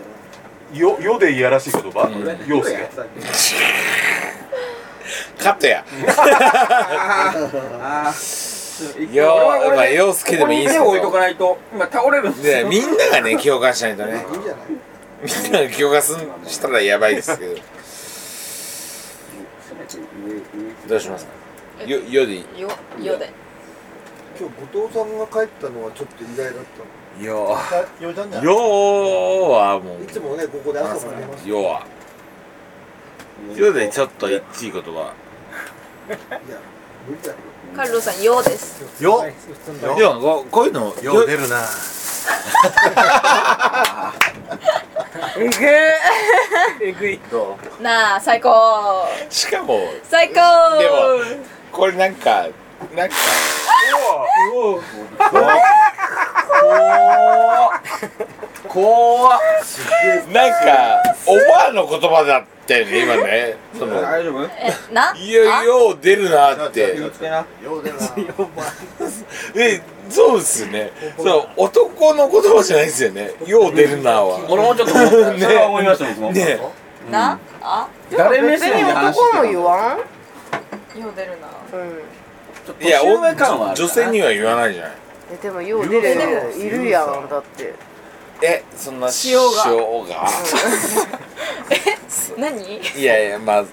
[SPEAKER 2] よ
[SPEAKER 8] よ世でいやらしい言葉
[SPEAKER 6] ん
[SPEAKER 8] 陽介
[SPEAKER 6] カット や
[SPEAKER 5] あー
[SPEAKER 6] よまあようすけでもいいん
[SPEAKER 5] です
[SPEAKER 6] け
[SPEAKER 5] す
[SPEAKER 6] ど
[SPEAKER 5] けど置いとかないと今倒れるんです
[SPEAKER 6] で
[SPEAKER 5] よ
[SPEAKER 6] みんながね共感しないとね
[SPEAKER 2] いいんじゃない
[SPEAKER 6] みんなが共感すんしたらやばいですけどどうしますかよよでいい
[SPEAKER 7] よよで
[SPEAKER 2] 今日後藤さんが帰ったのはちょっと意外だっ
[SPEAKER 6] よ
[SPEAKER 2] たよじゃんじゃん
[SPEAKER 6] よーはも
[SPEAKER 2] いつもねここで朝までます
[SPEAKER 6] うよはよでちょっといい言葉
[SPEAKER 2] いや
[SPEAKER 7] カルロさん「よ」です
[SPEAKER 8] よ
[SPEAKER 3] はいそんな
[SPEAKER 6] やここういうの
[SPEAKER 8] よう出るな
[SPEAKER 3] えぐい
[SPEAKER 6] ど
[SPEAKER 7] なあ最高
[SPEAKER 6] うしかも
[SPEAKER 7] 最高
[SPEAKER 6] でもこれなんかなんか
[SPEAKER 3] おお
[SPEAKER 6] こわなんかおばあの言葉だったよね今ねその
[SPEAKER 2] 大丈夫
[SPEAKER 7] えない
[SPEAKER 6] やよう出るなって
[SPEAKER 2] 気をつけな
[SPEAKER 8] よう出るな
[SPEAKER 6] えそうですよねそう男の言葉じゃないですよねよう出るなは
[SPEAKER 2] 俺もちょっと思ったそれは思いました僕も
[SPEAKER 6] ね
[SPEAKER 7] なあ
[SPEAKER 2] 誰目
[SPEAKER 4] 別
[SPEAKER 2] 線
[SPEAKER 4] に
[SPEAKER 2] で話
[SPEAKER 4] 男も
[SPEAKER 2] して
[SPEAKER 4] 言わん
[SPEAKER 7] よ出るな
[SPEAKER 4] うん
[SPEAKER 6] いや
[SPEAKER 2] 年上感はある
[SPEAKER 6] 女性には言わないじゃない
[SPEAKER 4] えでもよう出る
[SPEAKER 2] よう出る
[SPEAKER 4] いるやんだって
[SPEAKER 6] えそんな
[SPEAKER 7] 塩が
[SPEAKER 6] 塩が
[SPEAKER 7] 何
[SPEAKER 6] いやいやまあ、うん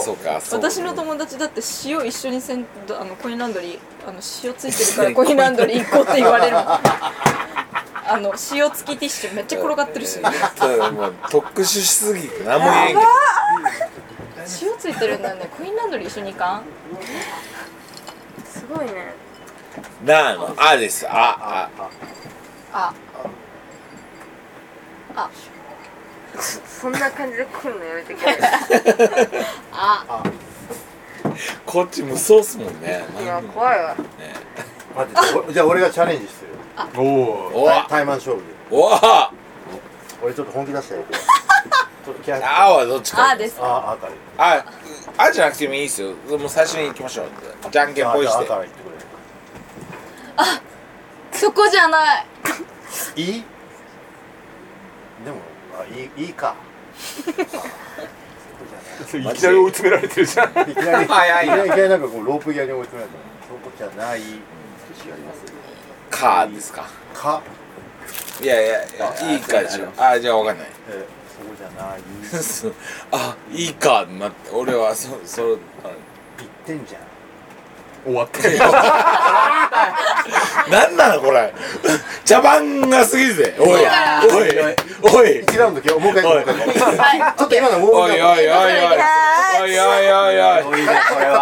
[SPEAKER 6] そうかそう
[SPEAKER 7] 私の友達だって塩一緒にせんとあのコインランドリーあの塩ついてるからコインランドリー行こうって言われるもんあの塩付きティッシュめっちゃ転がってるし
[SPEAKER 6] えーただもう特殊しすぎて何も言えんけど
[SPEAKER 7] 塩ついてるんだよねコインランドリー一緒に行かん
[SPEAKER 4] すごいね
[SPEAKER 6] なあのあですああ
[SPEAKER 7] あ
[SPEAKER 4] そんな感じで来るのやめてくれ
[SPEAKER 7] あ
[SPEAKER 6] こっち無双っすもんね
[SPEAKER 4] いや怖いわ
[SPEAKER 8] 待 ってじゃあ俺がチャレンジするお
[SPEAKER 6] お
[SPEAKER 8] お対マン勝負で
[SPEAKER 6] おおあ
[SPEAKER 8] 俺ちょっと本気出したよちょっと気合入って
[SPEAKER 6] はどっちか
[SPEAKER 7] あです
[SPEAKER 8] ああたり
[SPEAKER 6] ああじゃなくてもいいですよもう最初に行きましょうじゃんけんぽい
[SPEAKER 8] あ
[SPEAKER 6] し
[SPEAKER 8] あ
[SPEAKER 6] て
[SPEAKER 8] たりってく
[SPEAKER 7] そこじゃない
[SPEAKER 8] れいいでもあいいいいか
[SPEAKER 6] いきなり追い
[SPEAKER 8] 詰められてるじゃんいきなりいき
[SPEAKER 2] 早いな
[SPEAKER 8] なりいきなりなんかこうロープ際に追い詰められてるそこじゃない
[SPEAKER 6] かですか
[SPEAKER 8] か
[SPEAKER 6] いやいやいやいいかでしょあじゃあわかんない
[SPEAKER 8] えーそこじゃない
[SPEAKER 6] あいいかなって俺はそそ
[SPEAKER 8] 言ってんじゃん
[SPEAKER 6] 終わ ってるよなんなのこれ茶番が過ぎるぜおいおいおい
[SPEAKER 8] 1ラウンド今日もう一回
[SPEAKER 6] おい
[SPEAKER 8] もう一回ちょっと今のもう
[SPEAKER 6] おいおいおいおいおいおいおいおいおいおい
[SPEAKER 8] 一回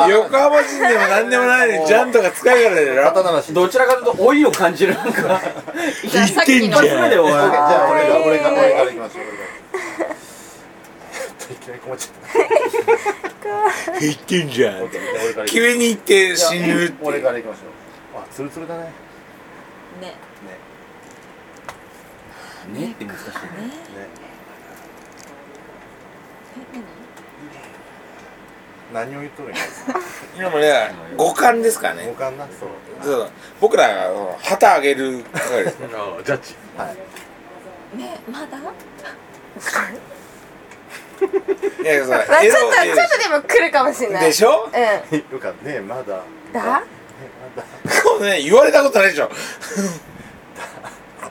[SPEAKER 6] おい横浜人でも何でもないのにジャンとか使いからだろ
[SPEAKER 8] 刀なし
[SPEAKER 2] どちらかというと老いを感じるなんか
[SPEAKER 7] じゃあさっき
[SPEAKER 6] 言っ
[SPEAKER 7] の
[SPEAKER 6] てんじ
[SPEAKER 2] 一目で終
[SPEAKER 8] オッケーじ
[SPEAKER 2] わ
[SPEAKER 8] ゃあ俺が俺が俺からいきましょう俺からいきなり困っちゃった
[SPEAKER 6] 言ってんじゃん
[SPEAKER 8] 俺からいき
[SPEAKER 6] 急に行って死ぬって
[SPEAKER 8] 俺からいきましょうあツルツルだね
[SPEAKER 7] ね
[SPEAKER 2] ねって難しいね
[SPEAKER 8] 何を言っとるんや
[SPEAKER 6] でもね五感ですから
[SPEAKER 8] 五
[SPEAKER 6] ね
[SPEAKER 8] 感なそう
[SPEAKER 6] そう僕らがうん旗あげる係ですから
[SPEAKER 8] ああジャッジはい
[SPEAKER 7] ねまだ
[SPEAKER 6] いやそう
[SPEAKER 4] まあちょっと
[SPEAKER 6] エロ
[SPEAKER 4] ちょっとでも来るかもしれない
[SPEAKER 6] でしょ
[SPEAKER 4] う
[SPEAKER 8] よかったねまだね
[SPEAKER 4] んだ
[SPEAKER 8] まだ
[SPEAKER 6] こうね言われたことないでしょ
[SPEAKER 8] だから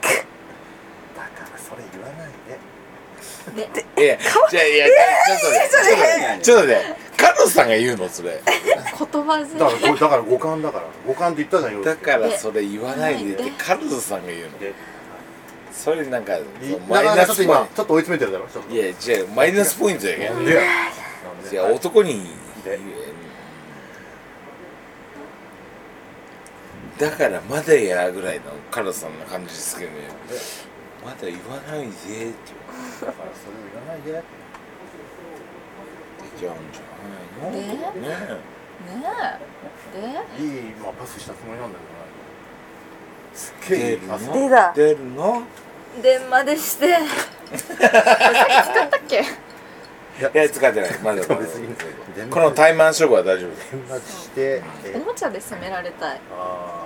[SPEAKER 8] それ言わない で
[SPEAKER 6] いやじゃあいやちょっとねちょっとねちょっとねカルロスさんが言うのそれ
[SPEAKER 7] 言葉
[SPEAKER 8] だか
[SPEAKER 7] 遣
[SPEAKER 8] らこだから五感だから五感って言ったじゃん
[SPEAKER 6] だ
[SPEAKER 8] よ
[SPEAKER 6] からそれ言わないでってカルロスさんが言うの
[SPEAKER 8] で
[SPEAKER 6] それなんか
[SPEAKER 8] い
[SPEAKER 6] マ
[SPEAKER 8] な
[SPEAKER 6] イ
[SPEAKER 8] かな
[SPEAKER 6] ナ
[SPEAKER 8] か
[SPEAKER 6] ス
[SPEAKER 8] ちょっと
[SPEAKER 6] ポイン
[SPEAKER 8] 今ちょっと追い詰めてるだろちょっ
[SPEAKER 6] トいやじゃあマイナスポイントやけ
[SPEAKER 8] と
[SPEAKER 6] ん
[SPEAKER 8] で
[SPEAKER 6] じゃあ男に言えだからまだやぐらいのカルロスさんの感じですけどねまだ言わないでって
[SPEAKER 8] だからそれ言わない
[SPEAKER 6] 言
[SPEAKER 8] で
[SPEAKER 6] っちゃうんじゃないのねえ
[SPEAKER 7] ねえで
[SPEAKER 8] いいまあパスしたつもりなんだけどなすっげえいいパス
[SPEAKER 4] 出た
[SPEAKER 6] 出るの
[SPEAKER 7] 電話でしてこれさっき使ったっけ
[SPEAKER 6] いや使ってないまだまだ
[SPEAKER 8] 別に
[SPEAKER 6] このタイマン勝負は大丈夫です
[SPEAKER 8] 電話して
[SPEAKER 7] お
[SPEAKER 8] え
[SPEAKER 7] もちゃで攻められたい
[SPEAKER 8] あ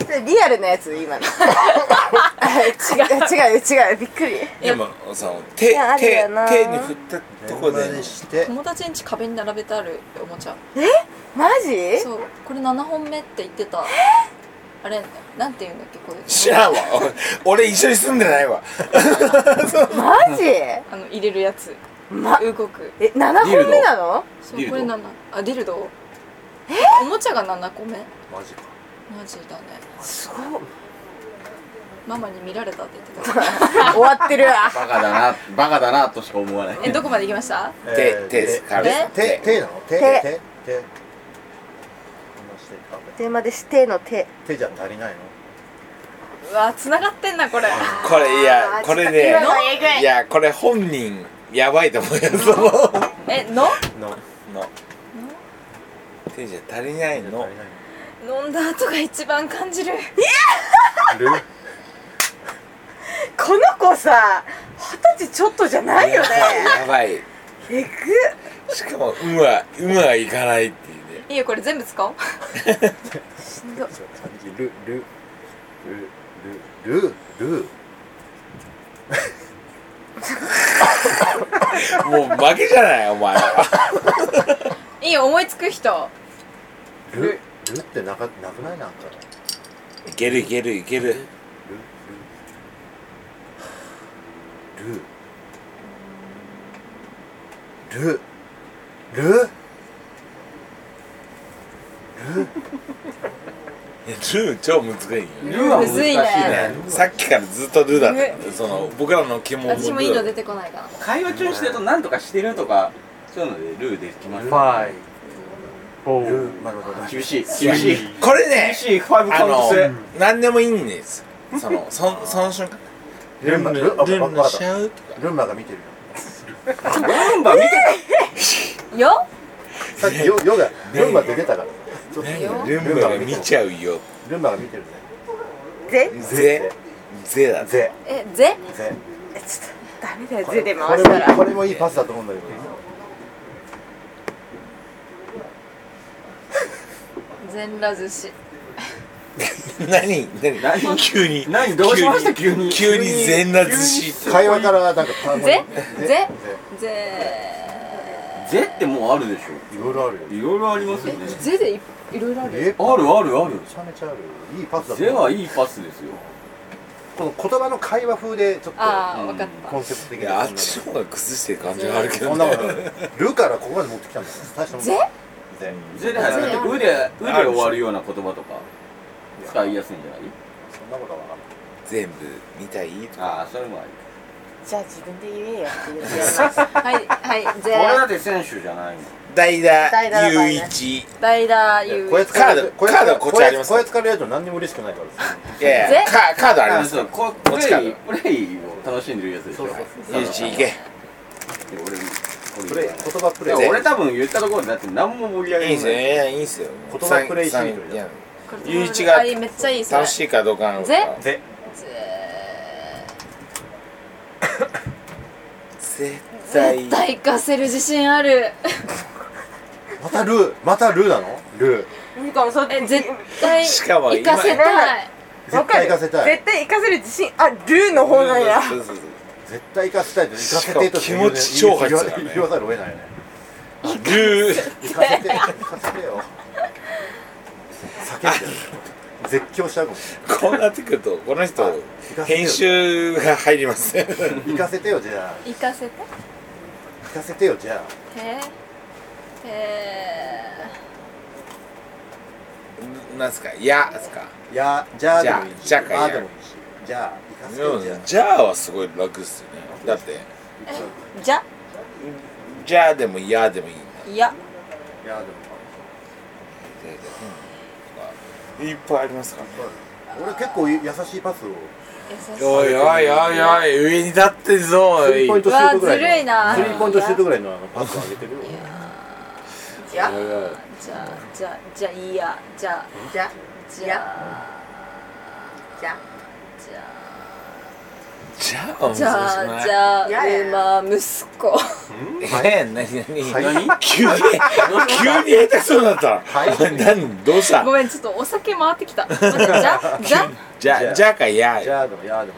[SPEAKER 4] それリアルなやつ今の違う違う違うびっくり
[SPEAKER 6] でもさ手
[SPEAKER 4] いやあ
[SPEAKER 6] 手
[SPEAKER 4] るよな
[SPEAKER 6] 手に振った
[SPEAKER 8] ー
[SPEAKER 6] とこで
[SPEAKER 8] 電話でして
[SPEAKER 7] 友達ん家壁に並べてあるおもちゃ
[SPEAKER 4] マジ
[SPEAKER 7] そうこれ7本目って言ってたあれなんて言うんだっけこういう
[SPEAKER 6] 知らんわ俺俺一緒に住んでないわ
[SPEAKER 4] マジ
[SPEAKER 7] あの入れるやつ
[SPEAKER 4] ま
[SPEAKER 7] 動く
[SPEAKER 4] え7本目なの
[SPEAKER 7] そ
[SPEAKER 6] ディルド
[SPEAKER 7] うこれ7あディルドおもちゃが7個目
[SPEAKER 8] マジか
[SPEAKER 7] マジだね
[SPEAKER 4] すごっ
[SPEAKER 7] ママに見られたって言ってた
[SPEAKER 4] 終わってるわ
[SPEAKER 5] バカだなバカだなとしか思わない
[SPEAKER 7] えどこまで行きました
[SPEAKER 5] 手手です
[SPEAKER 8] か
[SPEAKER 5] 体
[SPEAKER 8] ら
[SPEAKER 5] です
[SPEAKER 8] 手手なの手
[SPEAKER 4] 手
[SPEAKER 8] 手手
[SPEAKER 4] テーマでしての手
[SPEAKER 8] 手じゃ足りないの
[SPEAKER 7] うわ繋がってんなこれ
[SPEAKER 6] これいやこれね
[SPEAKER 4] のえぐ
[SPEAKER 6] いやこれ本人やばいと思うよその
[SPEAKER 7] えの
[SPEAKER 8] の
[SPEAKER 6] の手じゃ足りないの
[SPEAKER 8] 足りないの
[SPEAKER 7] 飲んだ後が一番感じる
[SPEAKER 4] この子さ二十歳ちょっとじゃないよね
[SPEAKER 6] やばい
[SPEAKER 4] えぐ
[SPEAKER 6] しかもうまうまがいかないっていうね
[SPEAKER 7] いいよこれ全部使お う
[SPEAKER 8] 感じるるるるるる
[SPEAKER 6] もう負けじゃないお前は
[SPEAKER 7] いいよ思いつく人
[SPEAKER 8] るるってなかなくないなんか
[SPEAKER 6] いけるいけるいける
[SPEAKER 8] るるるる
[SPEAKER 6] いやルー超むずいよ
[SPEAKER 5] ルは
[SPEAKER 7] むずいね
[SPEAKER 6] ねさっきからずっとルーだったその僕らの肝もル
[SPEAKER 7] 私もいいの
[SPEAKER 6] ー
[SPEAKER 7] 出てこないかな
[SPEAKER 5] 会話中にしてると何とかしてるとかそういうのでルーできます
[SPEAKER 3] 5 4
[SPEAKER 8] なるほど
[SPEAKER 5] 厳しい厳しい
[SPEAKER 6] これね
[SPEAKER 5] しいファイブ
[SPEAKER 6] あの
[SPEAKER 3] ス
[SPEAKER 6] 何でもいいんですそのそんその瞬間
[SPEAKER 8] ルンバルンバ
[SPEAKER 6] ルンバ
[SPEAKER 8] わかっ
[SPEAKER 6] しち
[SPEAKER 8] た
[SPEAKER 6] ゃうとか
[SPEAKER 8] ルンバが見てるよ
[SPEAKER 5] ルンバ見 て
[SPEAKER 7] よ
[SPEAKER 8] さっきヨヨガルンバって出たからそう
[SPEAKER 6] ルンバが見ちゃうよ
[SPEAKER 8] ルンバが見てる
[SPEAKER 4] ぜ
[SPEAKER 8] ね
[SPEAKER 6] ぜぜだぜ
[SPEAKER 8] ぜ
[SPEAKER 7] えぜ
[SPEAKER 8] ぜ
[SPEAKER 4] えちょっとダメだよぜで
[SPEAKER 8] こ
[SPEAKER 4] 回
[SPEAKER 8] れ
[SPEAKER 4] したら
[SPEAKER 8] もこれもいいパスだと思うんだけど
[SPEAKER 7] 全裸寿司
[SPEAKER 6] 何何
[SPEAKER 5] 何
[SPEAKER 6] 急に
[SPEAKER 5] 何どうしました急に
[SPEAKER 6] 急に全裸寿司って
[SPEAKER 8] 会話からなんか
[SPEAKER 7] ぜぜ
[SPEAKER 8] ぜ
[SPEAKER 7] ぜ
[SPEAKER 5] ぜってもうあるでし
[SPEAKER 8] いろいろあるよ
[SPEAKER 5] ょいろいろありますよね
[SPEAKER 7] えぜでいいろいろある
[SPEAKER 8] え
[SPEAKER 5] あるあるある
[SPEAKER 8] めちゃめちゃあるいいパスだと
[SPEAKER 5] ぜ
[SPEAKER 8] 思う
[SPEAKER 5] はいいパスですよ
[SPEAKER 8] この言葉の会話風でちょっと
[SPEAKER 7] ああ分かっ
[SPEAKER 8] コンセプト
[SPEAKER 6] い
[SPEAKER 8] 的
[SPEAKER 6] やあ
[SPEAKER 8] な
[SPEAKER 6] っちの方が崩してる感じがあるけど
[SPEAKER 8] そんなことないルからここまで持ってきたんだよ大したもんだよぜ
[SPEAKER 5] ぜで始めてうでうで終わるような言葉とか使いやすいんじゃない
[SPEAKER 8] そんなことは分かんない
[SPEAKER 6] 全部見たいとか
[SPEAKER 5] ああそれもあり
[SPEAKER 4] じゃあ自分で言えよっていう
[SPEAKER 7] たはいはいぜ
[SPEAKER 5] 俺だって選手じゃないもん
[SPEAKER 6] 代打
[SPEAKER 4] 代打だからね
[SPEAKER 6] 雄一
[SPEAKER 7] 代打
[SPEAKER 8] い
[SPEAKER 7] ゆ
[SPEAKER 8] や
[SPEAKER 7] う
[SPEAKER 8] こやつから
[SPEAKER 6] カード
[SPEAKER 8] やつか
[SPEAKER 6] カ
[SPEAKER 8] ら
[SPEAKER 6] ードこっちあります
[SPEAKER 8] こやつからやると何にも嬉しくないからさ
[SPEAKER 6] いやいや
[SPEAKER 7] ぜ
[SPEAKER 6] カカードあります
[SPEAKER 5] そうこう
[SPEAKER 6] こ
[SPEAKER 5] プ
[SPEAKER 6] っちから
[SPEAKER 5] レイプレイを楽しんでるやつでしょ
[SPEAKER 8] そうそう
[SPEAKER 5] だから
[SPEAKER 6] 雄一いけ
[SPEAKER 5] 俺
[SPEAKER 8] プ
[SPEAKER 5] こ
[SPEAKER 8] レイ
[SPEAKER 5] れ
[SPEAKER 8] 言葉
[SPEAKER 5] い
[SPEAKER 8] プレ
[SPEAKER 5] や
[SPEAKER 8] イ
[SPEAKER 5] 俺多分言ったところでだって何も盛り上
[SPEAKER 6] いい
[SPEAKER 5] げ
[SPEAKER 6] っす
[SPEAKER 5] な
[SPEAKER 6] よい
[SPEAKER 5] い
[SPEAKER 6] やいいっすよ
[SPEAKER 8] 言葉プレイしてみる
[SPEAKER 6] さんいや
[SPEAKER 7] これ
[SPEAKER 6] ゆういちが
[SPEAKER 7] あいいめっちゃいいそれ
[SPEAKER 6] 楽しいかどうかなのか
[SPEAKER 7] ぜ
[SPEAKER 8] ぜ
[SPEAKER 6] 絶対
[SPEAKER 7] 絶対ガせる自信ある
[SPEAKER 8] またルーまたルーなのルー
[SPEAKER 4] みかもそう
[SPEAKER 7] え絶対
[SPEAKER 6] しかも
[SPEAKER 7] 行
[SPEAKER 6] 今
[SPEAKER 7] かせたい
[SPEAKER 8] 絶対行かせたい
[SPEAKER 4] 絶対行かせる自信あルーの方なんや
[SPEAKER 6] そうそうそう
[SPEAKER 8] 絶対行かせたいって行かせてとしか
[SPEAKER 6] しかも気持ち超入って
[SPEAKER 8] 言
[SPEAKER 6] た
[SPEAKER 8] わ
[SPEAKER 6] からね
[SPEAKER 8] 言わざるを得ないよね
[SPEAKER 6] ルー
[SPEAKER 8] 行かせて行かせてよ叫んでる絶叫しちゃうかも
[SPEAKER 6] こうなってくるとこの人
[SPEAKER 8] あ
[SPEAKER 6] 編集が入りますね
[SPEAKER 8] 行かせてよじゃあ
[SPEAKER 7] 行かせて
[SPEAKER 8] 行かせてよじゃあ
[SPEAKER 7] てて
[SPEAKER 6] なんすか「や」ですか
[SPEAKER 8] いやじゃあでもいいし
[SPEAKER 6] じゃあじゃあかい
[SPEAKER 8] あでもいいしじゃあ行かせてよじゃあ
[SPEAKER 6] 「じゃあ」はすごい楽っすよねだって
[SPEAKER 7] じゃ
[SPEAKER 6] 「じゃあ」でも「や」でもいいんだ
[SPEAKER 7] いや
[SPEAKER 8] いやでも
[SPEAKER 6] いっぱいありますから
[SPEAKER 8] 俺結構優しいパスを
[SPEAKER 7] 優しい
[SPEAKER 6] おいおいおいおい上に立ってるぞお
[SPEAKER 8] ス
[SPEAKER 6] い
[SPEAKER 8] リーポイントシュートぐらいの
[SPEAKER 7] うわずるいな
[SPEAKER 8] スリーポイントシュートぐらいのあのパスを上げてるよ
[SPEAKER 4] じゃ
[SPEAKER 7] じゃあじゃあじゃあいやじゃあ
[SPEAKER 4] じゃ
[SPEAKER 7] じゃあ
[SPEAKER 4] じゃ
[SPEAKER 7] じ
[SPEAKER 6] じ
[SPEAKER 7] ゃあ
[SPEAKER 6] ゃあ
[SPEAKER 7] じゃあじゃあ馬息 子
[SPEAKER 6] え何何
[SPEAKER 8] はい
[SPEAKER 6] 急に急に下手くそになった
[SPEAKER 8] はい
[SPEAKER 6] 何どうした
[SPEAKER 7] ごめんちょっとお酒回ってき た待ってじゃあじゃ
[SPEAKER 6] じゃあじゃあか「や」
[SPEAKER 8] じゃあでもいやでもいい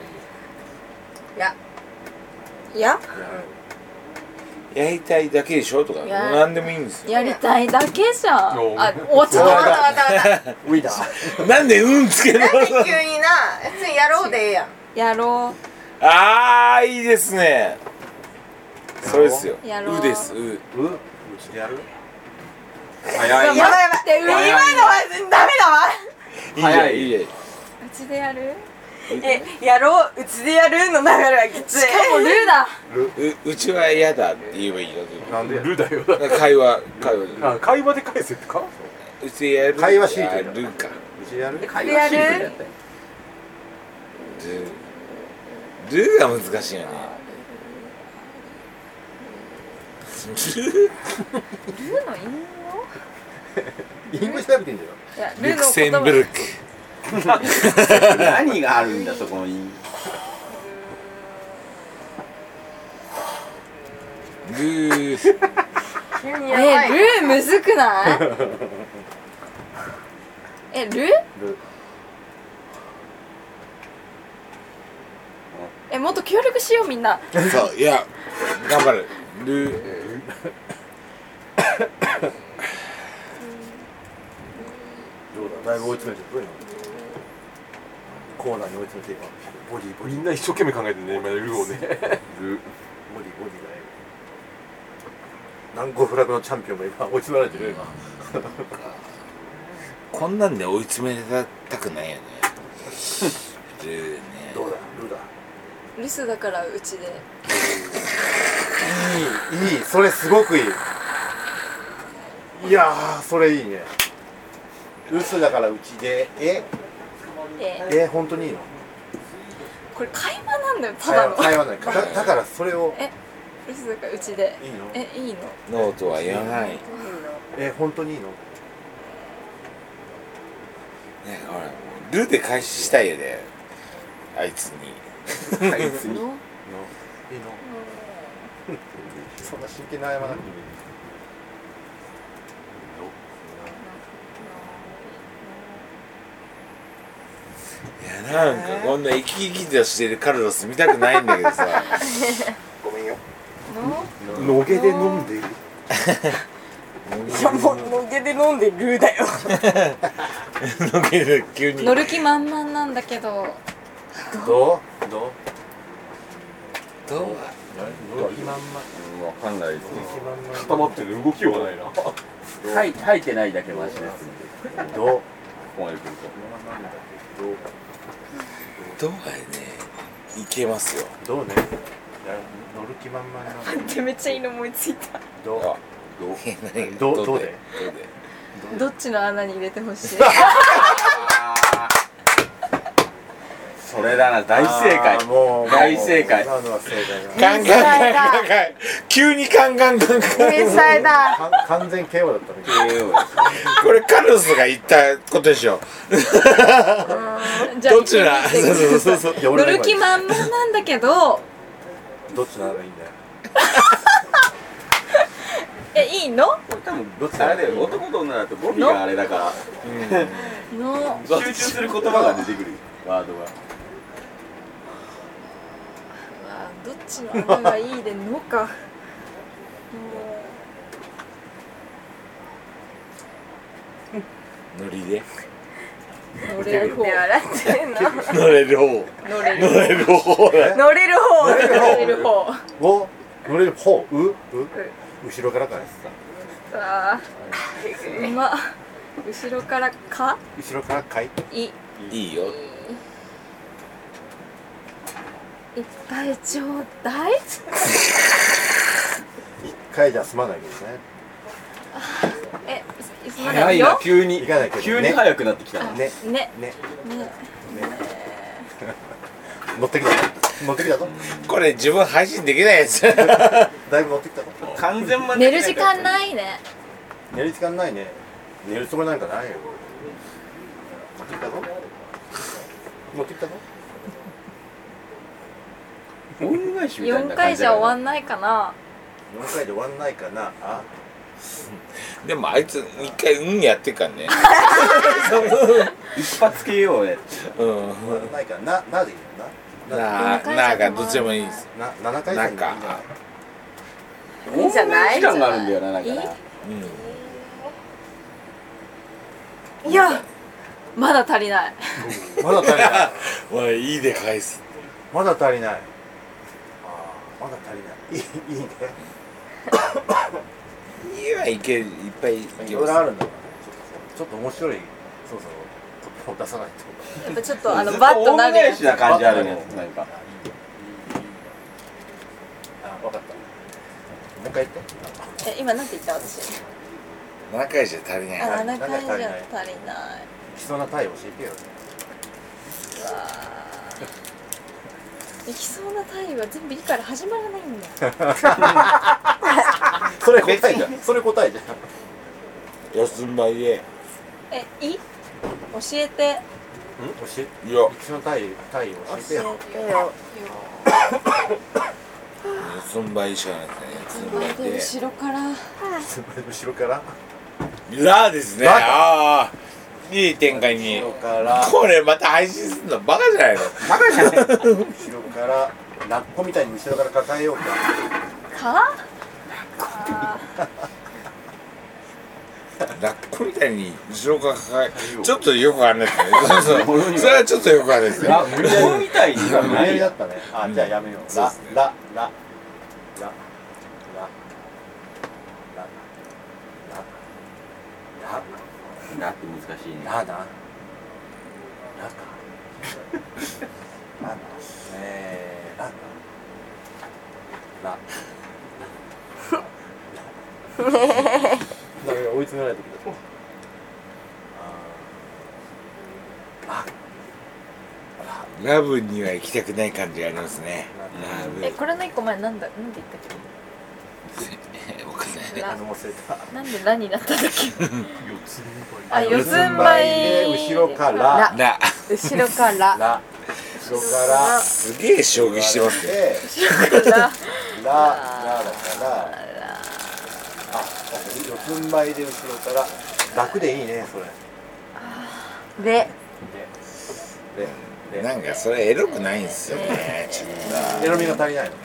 [SPEAKER 7] あや
[SPEAKER 6] やりたいだけでしょとか
[SPEAKER 7] や
[SPEAKER 6] 何でもいいんですよ
[SPEAKER 7] やりたいだけじゃんあ
[SPEAKER 3] おう
[SPEAKER 7] おちょっと待っ
[SPEAKER 4] わかったわかっ
[SPEAKER 8] ウィナー
[SPEAKER 6] なんで運つけるの
[SPEAKER 4] た急にな別にやろうでええやん
[SPEAKER 7] てやろ
[SPEAKER 6] あーいいですねそれですよ
[SPEAKER 7] やろう
[SPEAKER 6] うですう
[SPEAKER 8] ううちでやる
[SPEAKER 5] 早
[SPEAKER 7] う
[SPEAKER 5] い
[SPEAKER 7] やばい
[SPEAKER 4] 今のはダメだわ
[SPEAKER 6] いいじゃんいいじゃん
[SPEAKER 7] うちでやる
[SPEAKER 4] え、やろう、うちでやるの流れはきつい。しかもルーだ。
[SPEAKER 6] ううちは嫌だって言えばいいだ
[SPEAKER 2] なんでルだよ
[SPEAKER 6] け会話会話
[SPEAKER 2] あ会話で返せってか
[SPEAKER 6] うちでやる
[SPEAKER 8] 会話しいけど
[SPEAKER 6] やるか
[SPEAKER 8] ちやる
[SPEAKER 4] ルやる。
[SPEAKER 6] ルルーが難しいよねルー
[SPEAKER 7] ルーの因
[SPEAKER 8] イング調べてんじゃん
[SPEAKER 7] い
[SPEAKER 6] ル
[SPEAKER 7] やルー
[SPEAKER 6] クセン
[SPEAKER 7] の
[SPEAKER 6] ブ
[SPEAKER 7] 言
[SPEAKER 6] ル
[SPEAKER 7] 葉
[SPEAKER 6] ク
[SPEAKER 5] 何があるんだそこに
[SPEAKER 6] ルー
[SPEAKER 7] えルーむずくないえルー
[SPEAKER 8] ル
[SPEAKER 7] えもっと協力しようみんな
[SPEAKER 6] そういや頑張るルー
[SPEAKER 8] どうだだいぶ追い詰めてるどういうのコーナーに追い詰めて今ボディボデ
[SPEAKER 2] み
[SPEAKER 8] ィ
[SPEAKER 2] んな一生懸命考えてんね今ルーを
[SPEAKER 6] ル
[SPEAKER 2] ね
[SPEAKER 6] ー
[SPEAKER 8] ボディボディがね難攻不落のチャンピオンが今追い詰められてるよ今
[SPEAKER 6] こんなんで追い詰めたくないよねルーね
[SPEAKER 8] どうだルーだ
[SPEAKER 7] 留守だからうちで
[SPEAKER 8] いいいいそれすごくいいいやーそれいいね嘘だからうちでえ
[SPEAKER 7] え
[SPEAKER 8] え本当にいいの
[SPEAKER 7] これ会話なんだよた
[SPEAKER 8] 会
[SPEAKER 7] だの
[SPEAKER 8] 話会話ないだだからそれを
[SPEAKER 7] 留守だからうちで
[SPEAKER 8] いいの
[SPEAKER 7] えいいの
[SPEAKER 6] ノートは言わないね
[SPEAKER 8] え本当にいいの
[SPEAKER 6] ほらルーで開始したいよねあいつに
[SPEAKER 8] あいつに
[SPEAKER 7] の
[SPEAKER 8] いいのそんな真剣な謝らなくてもいい
[SPEAKER 6] いやなんかこんな生き生きとしてるカルロス見たくないんだけどさ
[SPEAKER 5] ごめんよ
[SPEAKER 7] の
[SPEAKER 2] のげで飲んでる
[SPEAKER 4] いや、もう、のげで飲んでルーだよ。
[SPEAKER 6] のける急に
[SPEAKER 7] 乗る気満々なんだけど
[SPEAKER 8] どうどう
[SPEAKER 6] どう
[SPEAKER 8] 動きまんま
[SPEAKER 6] わかんないですね
[SPEAKER 8] 動きまんま
[SPEAKER 2] 固まってる動きようがないな
[SPEAKER 5] 吐い吐いてないだけマシです
[SPEAKER 8] どう
[SPEAKER 5] ここまで来ると
[SPEAKER 6] どうやねいけますよ
[SPEAKER 8] どうねや乗る気満々なの
[SPEAKER 7] ってめっちゃいいの思いついた
[SPEAKER 8] どう
[SPEAKER 6] あどう何が
[SPEAKER 8] どう
[SPEAKER 6] ど
[SPEAKER 8] ど
[SPEAKER 6] う
[SPEAKER 8] うで
[SPEAKER 6] どうで
[SPEAKER 7] どっちの穴に入れてほ しい
[SPEAKER 5] それだな大正解
[SPEAKER 8] あーもう
[SPEAKER 5] 大正解
[SPEAKER 8] 今のは正解
[SPEAKER 6] ガンガンガンガンガン急にガンガンガンガン
[SPEAKER 4] 天才だ。
[SPEAKER 8] だ完完全 KO だったね
[SPEAKER 6] これカルロスが言ったことでしょ
[SPEAKER 7] じゃあ
[SPEAKER 6] どっちだ
[SPEAKER 7] 見
[SPEAKER 6] そう
[SPEAKER 7] てみて
[SPEAKER 6] そうそうそう
[SPEAKER 8] いや
[SPEAKER 7] 乗
[SPEAKER 8] 俺
[SPEAKER 7] る
[SPEAKER 8] の
[SPEAKER 7] 気
[SPEAKER 8] 今
[SPEAKER 7] 満々なんだけど
[SPEAKER 8] どっちならいいんだよ
[SPEAKER 7] えいいの
[SPEAKER 5] 多分どっちあれだよ男と女だと語尾があれだから
[SPEAKER 7] の
[SPEAKER 5] 集中する言葉が出てくるワードが
[SPEAKER 7] あどっちの穴がいいでのか
[SPEAKER 6] ノリで
[SPEAKER 7] 乗れる方
[SPEAKER 4] 笑ってんの。
[SPEAKER 6] 乗れる方
[SPEAKER 7] 乗れ
[SPEAKER 6] 乗
[SPEAKER 7] る
[SPEAKER 6] れる方だ
[SPEAKER 4] 乗れる方。
[SPEAKER 7] 乗れる方
[SPEAKER 8] お乗れるほううう後ろからかね
[SPEAKER 7] あーうま後ろからか
[SPEAKER 8] 後ろからかい
[SPEAKER 7] い
[SPEAKER 6] いいよ
[SPEAKER 7] いっぱいちょうだい
[SPEAKER 8] かいじゃ済まないけど
[SPEAKER 7] え
[SPEAKER 8] ね
[SPEAKER 7] すすまないよ
[SPEAKER 5] 急に
[SPEAKER 8] 行かないけどね
[SPEAKER 5] 急に早くなってきたな
[SPEAKER 8] ね
[SPEAKER 7] ね
[SPEAKER 8] ね
[SPEAKER 7] ね
[SPEAKER 8] 乗ってきたぞ乗ってきたぞ
[SPEAKER 6] これ自分配信できないやつ
[SPEAKER 8] だいぶ乗ってきたぞ
[SPEAKER 5] 完全ま
[SPEAKER 7] 寝る時間ないね
[SPEAKER 8] 寝る時間ないね寝るつもりなんかないよ乗ってきたぞ乗ってきたぞ
[SPEAKER 5] 恩返しみたいな
[SPEAKER 7] 4回じゃ終わ
[SPEAKER 5] ん
[SPEAKER 7] んないかな
[SPEAKER 8] 4回で終わんないかなあ
[SPEAKER 6] でもあいつ一回うんやってっからね
[SPEAKER 5] 一発系よ俺
[SPEAKER 6] うん
[SPEAKER 8] 終わんないかななでいいよなな
[SPEAKER 6] なあ
[SPEAKER 7] うん
[SPEAKER 6] なんかどっちでもいい です
[SPEAKER 8] な7回戦でいいんじゃない
[SPEAKER 4] いいんじゃない
[SPEAKER 5] 時間があるんだよななんか
[SPEAKER 7] い
[SPEAKER 5] ない
[SPEAKER 7] やまだ足りない
[SPEAKER 8] まだ足りない
[SPEAKER 6] うんおいいいで返す
[SPEAKER 8] まだ足りないあーまだ足りないいいいいね
[SPEAKER 6] いいはいけるいっぱいい
[SPEAKER 8] い
[SPEAKER 6] け
[SPEAKER 8] ろいろあ
[SPEAKER 6] ま
[SPEAKER 8] るんだからねちょっとちょっと面白いそうそうを出さないと
[SPEAKER 7] やっぱちょっとあのバッとなる
[SPEAKER 5] 大
[SPEAKER 7] や
[SPEAKER 5] 返
[SPEAKER 7] つ
[SPEAKER 5] しな感じあるねなんか
[SPEAKER 8] あ分かったもう一回言って
[SPEAKER 7] え今なんて言った私
[SPEAKER 6] 7回じゃ足りない
[SPEAKER 7] あ7
[SPEAKER 8] 回
[SPEAKER 7] 回
[SPEAKER 8] じ
[SPEAKER 7] じゃ足
[SPEAKER 8] ゃ足り
[SPEAKER 7] り
[SPEAKER 8] ない
[SPEAKER 7] ない
[SPEAKER 8] 基礎な対応していけよ
[SPEAKER 7] いきそうな単位は全部「い」から始まらないんだよ
[SPEAKER 8] それ答えじゃ んそれ答えじゃん休んだ家
[SPEAKER 7] え「い」教えて
[SPEAKER 8] 教え
[SPEAKER 6] いや
[SPEAKER 8] 基礎な対応対応して
[SPEAKER 7] 教
[SPEAKER 8] よ
[SPEAKER 7] えてよ
[SPEAKER 6] 四つん這いしかないですね四つん這いで
[SPEAKER 7] 後ろから
[SPEAKER 8] 後ろから
[SPEAKER 6] ラーですね
[SPEAKER 8] ラー
[SPEAKER 6] ああいい展開に
[SPEAKER 8] 後ろから
[SPEAKER 6] これまた配信するのバカじゃないの
[SPEAKER 8] バカじゃない後ろからラッコみたいに後ろから抱えようか
[SPEAKER 7] か
[SPEAKER 6] ラッコみたいに後ろから抱えちょっとよくわかんないですねそうそうそれはちょっとよくわかんないですね
[SPEAKER 5] ラッコみたいには
[SPEAKER 8] 無
[SPEAKER 5] な
[SPEAKER 8] 理
[SPEAKER 5] い
[SPEAKER 8] だ
[SPEAKER 5] や
[SPEAKER 8] ったねあじゃあやめよう
[SPEAKER 6] そう
[SPEAKER 8] ラ
[SPEAKER 6] ですね
[SPEAKER 8] ララララララ
[SPEAKER 5] なって難しいね
[SPEAKER 8] ララなラかラなえーラなラララなんか追い詰められてきた
[SPEAKER 6] ラブには行きたくない感じがありますねラブ
[SPEAKER 7] えこれの一個前なんだなんで言ったっけ
[SPEAKER 6] わかんない
[SPEAKER 8] あの忘れた
[SPEAKER 7] なんで何になったんだっけあ
[SPEAKER 8] 四
[SPEAKER 7] 四
[SPEAKER 8] つ
[SPEAKER 7] つ
[SPEAKER 8] ん
[SPEAKER 7] ん
[SPEAKER 8] 這
[SPEAKER 7] 這
[SPEAKER 8] い
[SPEAKER 7] い
[SPEAKER 8] で後ろから
[SPEAKER 7] ら
[SPEAKER 6] な
[SPEAKER 7] 後ろから
[SPEAKER 8] ラ後ろから
[SPEAKER 6] すげえ将棋してますね
[SPEAKER 8] ね
[SPEAKER 7] から
[SPEAKER 8] ララだからあ四つん這いで後ろから楽でいいねそれ
[SPEAKER 7] で
[SPEAKER 8] でで
[SPEAKER 6] なんかそれエロくないんですよねちょっ
[SPEAKER 8] エロみが足りないの
[SPEAKER 6] と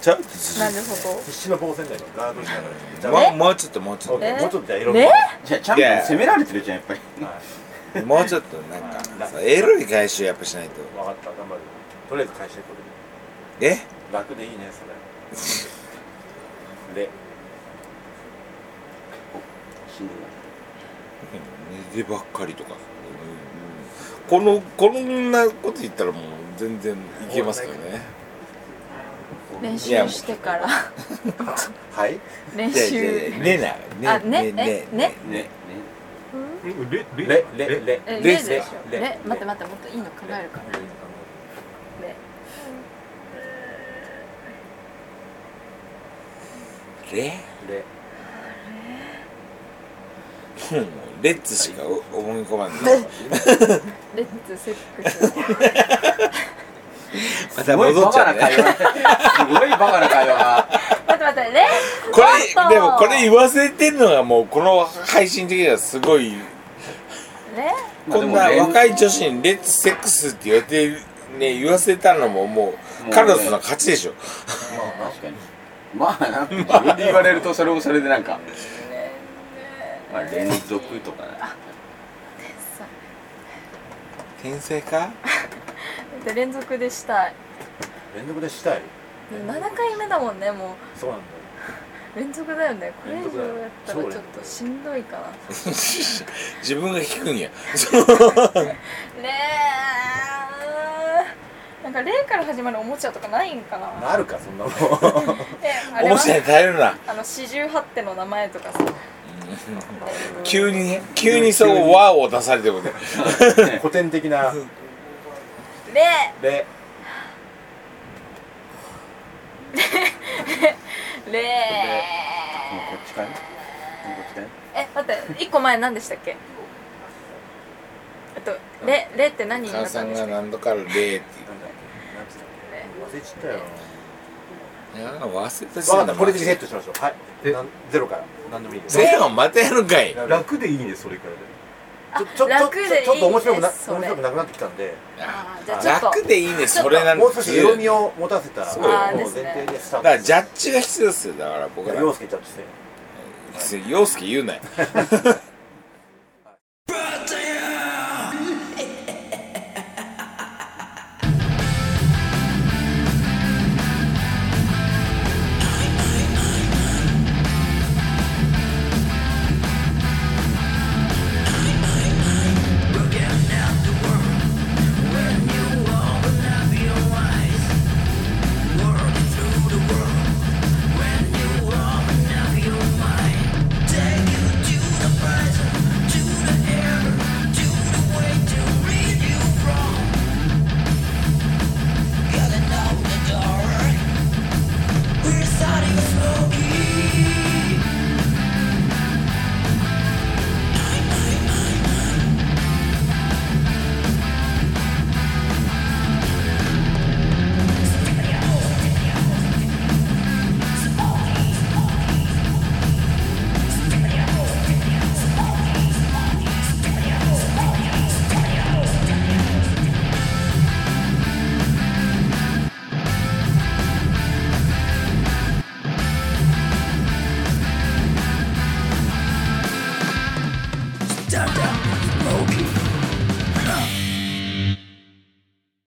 [SPEAKER 6] ちょっとず
[SPEAKER 7] なるほ
[SPEAKER 8] 必死の防戦だよラードした
[SPEAKER 6] つ
[SPEAKER 8] ら
[SPEAKER 6] もうもうちょっともうちょっ
[SPEAKER 8] じゃあもうちょっとじゃあエロみ
[SPEAKER 7] ね
[SPEAKER 5] じゃあちゃんと攻められてるじゃんやっぱり
[SPEAKER 6] ともうちょっとなんかそうエロい返しをやっぱしないと
[SPEAKER 8] 分かった頑張るとりあえず返してこ
[SPEAKER 6] え
[SPEAKER 8] れ楽でいいねそ れで
[SPEAKER 5] しんどいな
[SPEAKER 6] 寝てばっかりとかこのこんなこと言ったらもう全然いけますけどね
[SPEAKER 7] ど練習してから
[SPEAKER 8] はい
[SPEAKER 7] 練
[SPEAKER 6] いやいやい
[SPEAKER 7] 習
[SPEAKER 6] やねな
[SPEAKER 7] あ
[SPEAKER 6] ねね
[SPEAKER 7] ねえ
[SPEAKER 6] ね
[SPEAKER 7] ね
[SPEAKER 5] ねね
[SPEAKER 3] レレ
[SPEAKER 8] レレレ
[SPEAKER 7] え
[SPEAKER 6] レ
[SPEAKER 7] レでしょ
[SPEAKER 8] レ
[SPEAKER 7] レ待って待ってもっといいの考えるからレ
[SPEAKER 6] レ
[SPEAKER 8] レ
[SPEAKER 6] うんレッツしか思い込まない
[SPEAKER 7] レッツセックス
[SPEAKER 6] ますた
[SPEAKER 5] ごい
[SPEAKER 6] 戻
[SPEAKER 5] バ
[SPEAKER 6] っちゃ
[SPEAKER 5] カ
[SPEAKER 6] うね
[SPEAKER 5] な会話すごいバカな会話が
[SPEAKER 7] 待って待ってレ
[SPEAKER 6] こ
[SPEAKER 7] ちょっ
[SPEAKER 6] れ
[SPEAKER 7] と
[SPEAKER 6] でもこれ言わせてんのがもうこの配信的にはすごい
[SPEAKER 7] レ
[SPEAKER 5] ま あ
[SPEAKER 6] こ
[SPEAKER 5] で
[SPEAKER 6] ん
[SPEAKER 5] も
[SPEAKER 6] な
[SPEAKER 5] ね
[SPEAKER 6] 若い女子に「レッツセックス」って言われてね言わせたのももう彼女の勝ちでしょ
[SPEAKER 5] 確かにまあなんか自分で言われるとそれもそれでなんかまあ連続とかね
[SPEAKER 6] 天才か
[SPEAKER 7] で連続でしたい
[SPEAKER 8] 連続でしたい
[SPEAKER 7] 7回目だもんねも
[SPEAKER 8] そうなんだよ
[SPEAKER 7] う 連続だよねこれ以上やったら
[SPEAKER 8] 連続だよ
[SPEAKER 7] ちょっとしんどいかな
[SPEAKER 6] 自分が聞くん や
[SPEAKER 7] ねえなんか「霊から始まるおもちゃとかないんかな
[SPEAKER 8] なるかそんなもん
[SPEAKER 7] えあれ
[SPEAKER 6] 面白い
[SPEAKER 7] は
[SPEAKER 6] に耐えるな
[SPEAKER 7] あの四十八手の名前とかさ
[SPEAKER 6] 急にね急にそう「ワー」を出されてもね
[SPEAKER 8] 古典的な
[SPEAKER 7] 「霊
[SPEAKER 8] レ
[SPEAKER 7] 霊
[SPEAKER 5] もうこっちかいもうこっちかい
[SPEAKER 7] え待って一個前何でしたっけえっと「霊」霊って何にな
[SPEAKER 6] 母
[SPEAKER 7] っ
[SPEAKER 6] さ
[SPEAKER 7] たん
[SPEAKER 6] ん
[SPEAKER 7] でし
[SPEAKER 6] が
[SPEAKER 7] たっ
[SPEAKER 6] 何度から「レー」って
[SPEAKER 8] なんだっけなんつったっけ忘れちゃったよ
[SPEAKER 6] 言ういや忘れたし
[SPEAKER 8] 分かったこれでリセットしましょうはいなんゼロから何でもいいよ
[SPEAKER 6] ゼロまたやるんかい
[SPEAKER 3] 楽でいいねそれからで
[SPEAKER 8] ちょちょちょ
[SPEAKER 7] 楽でいいです
[SPEAKER 8] ちょっと面白くな
[SPEAKER 7] それ
[SPEAKER 8] 面白くなくなってきたんで
[SPEAKER 7] あーじゃあちょっと
[SPEAKER 6] 楽でいいねそれなん
[SPEAKER 8] もう
[SPEAKER 6] で
[SPEAKER 8] 少し
[SPEAKER 6] す
[SPEAKER 8] 色
[SPEAKER 6] よ
[SPEAKER 8] 味を持たせた
[SPEAKER 6] そう
[SPEAKER 8] もう
[SPEAKER 7] あー
[SPEAKER 8] 前
[SPEAKER 7] ですね
[SPEAKER 8] 提でスタ
[SPEAKER 6] だ
[SPEAKER 8] ー
[SPEAKER 6] か
[SPEAKER 8] ト
[SPEAKER 6] らジャッジが必要ですよだから僕ら
[SPEAKER 8] 洋介ちゃんとして
[SPEAKER 6] 陽介言うなよ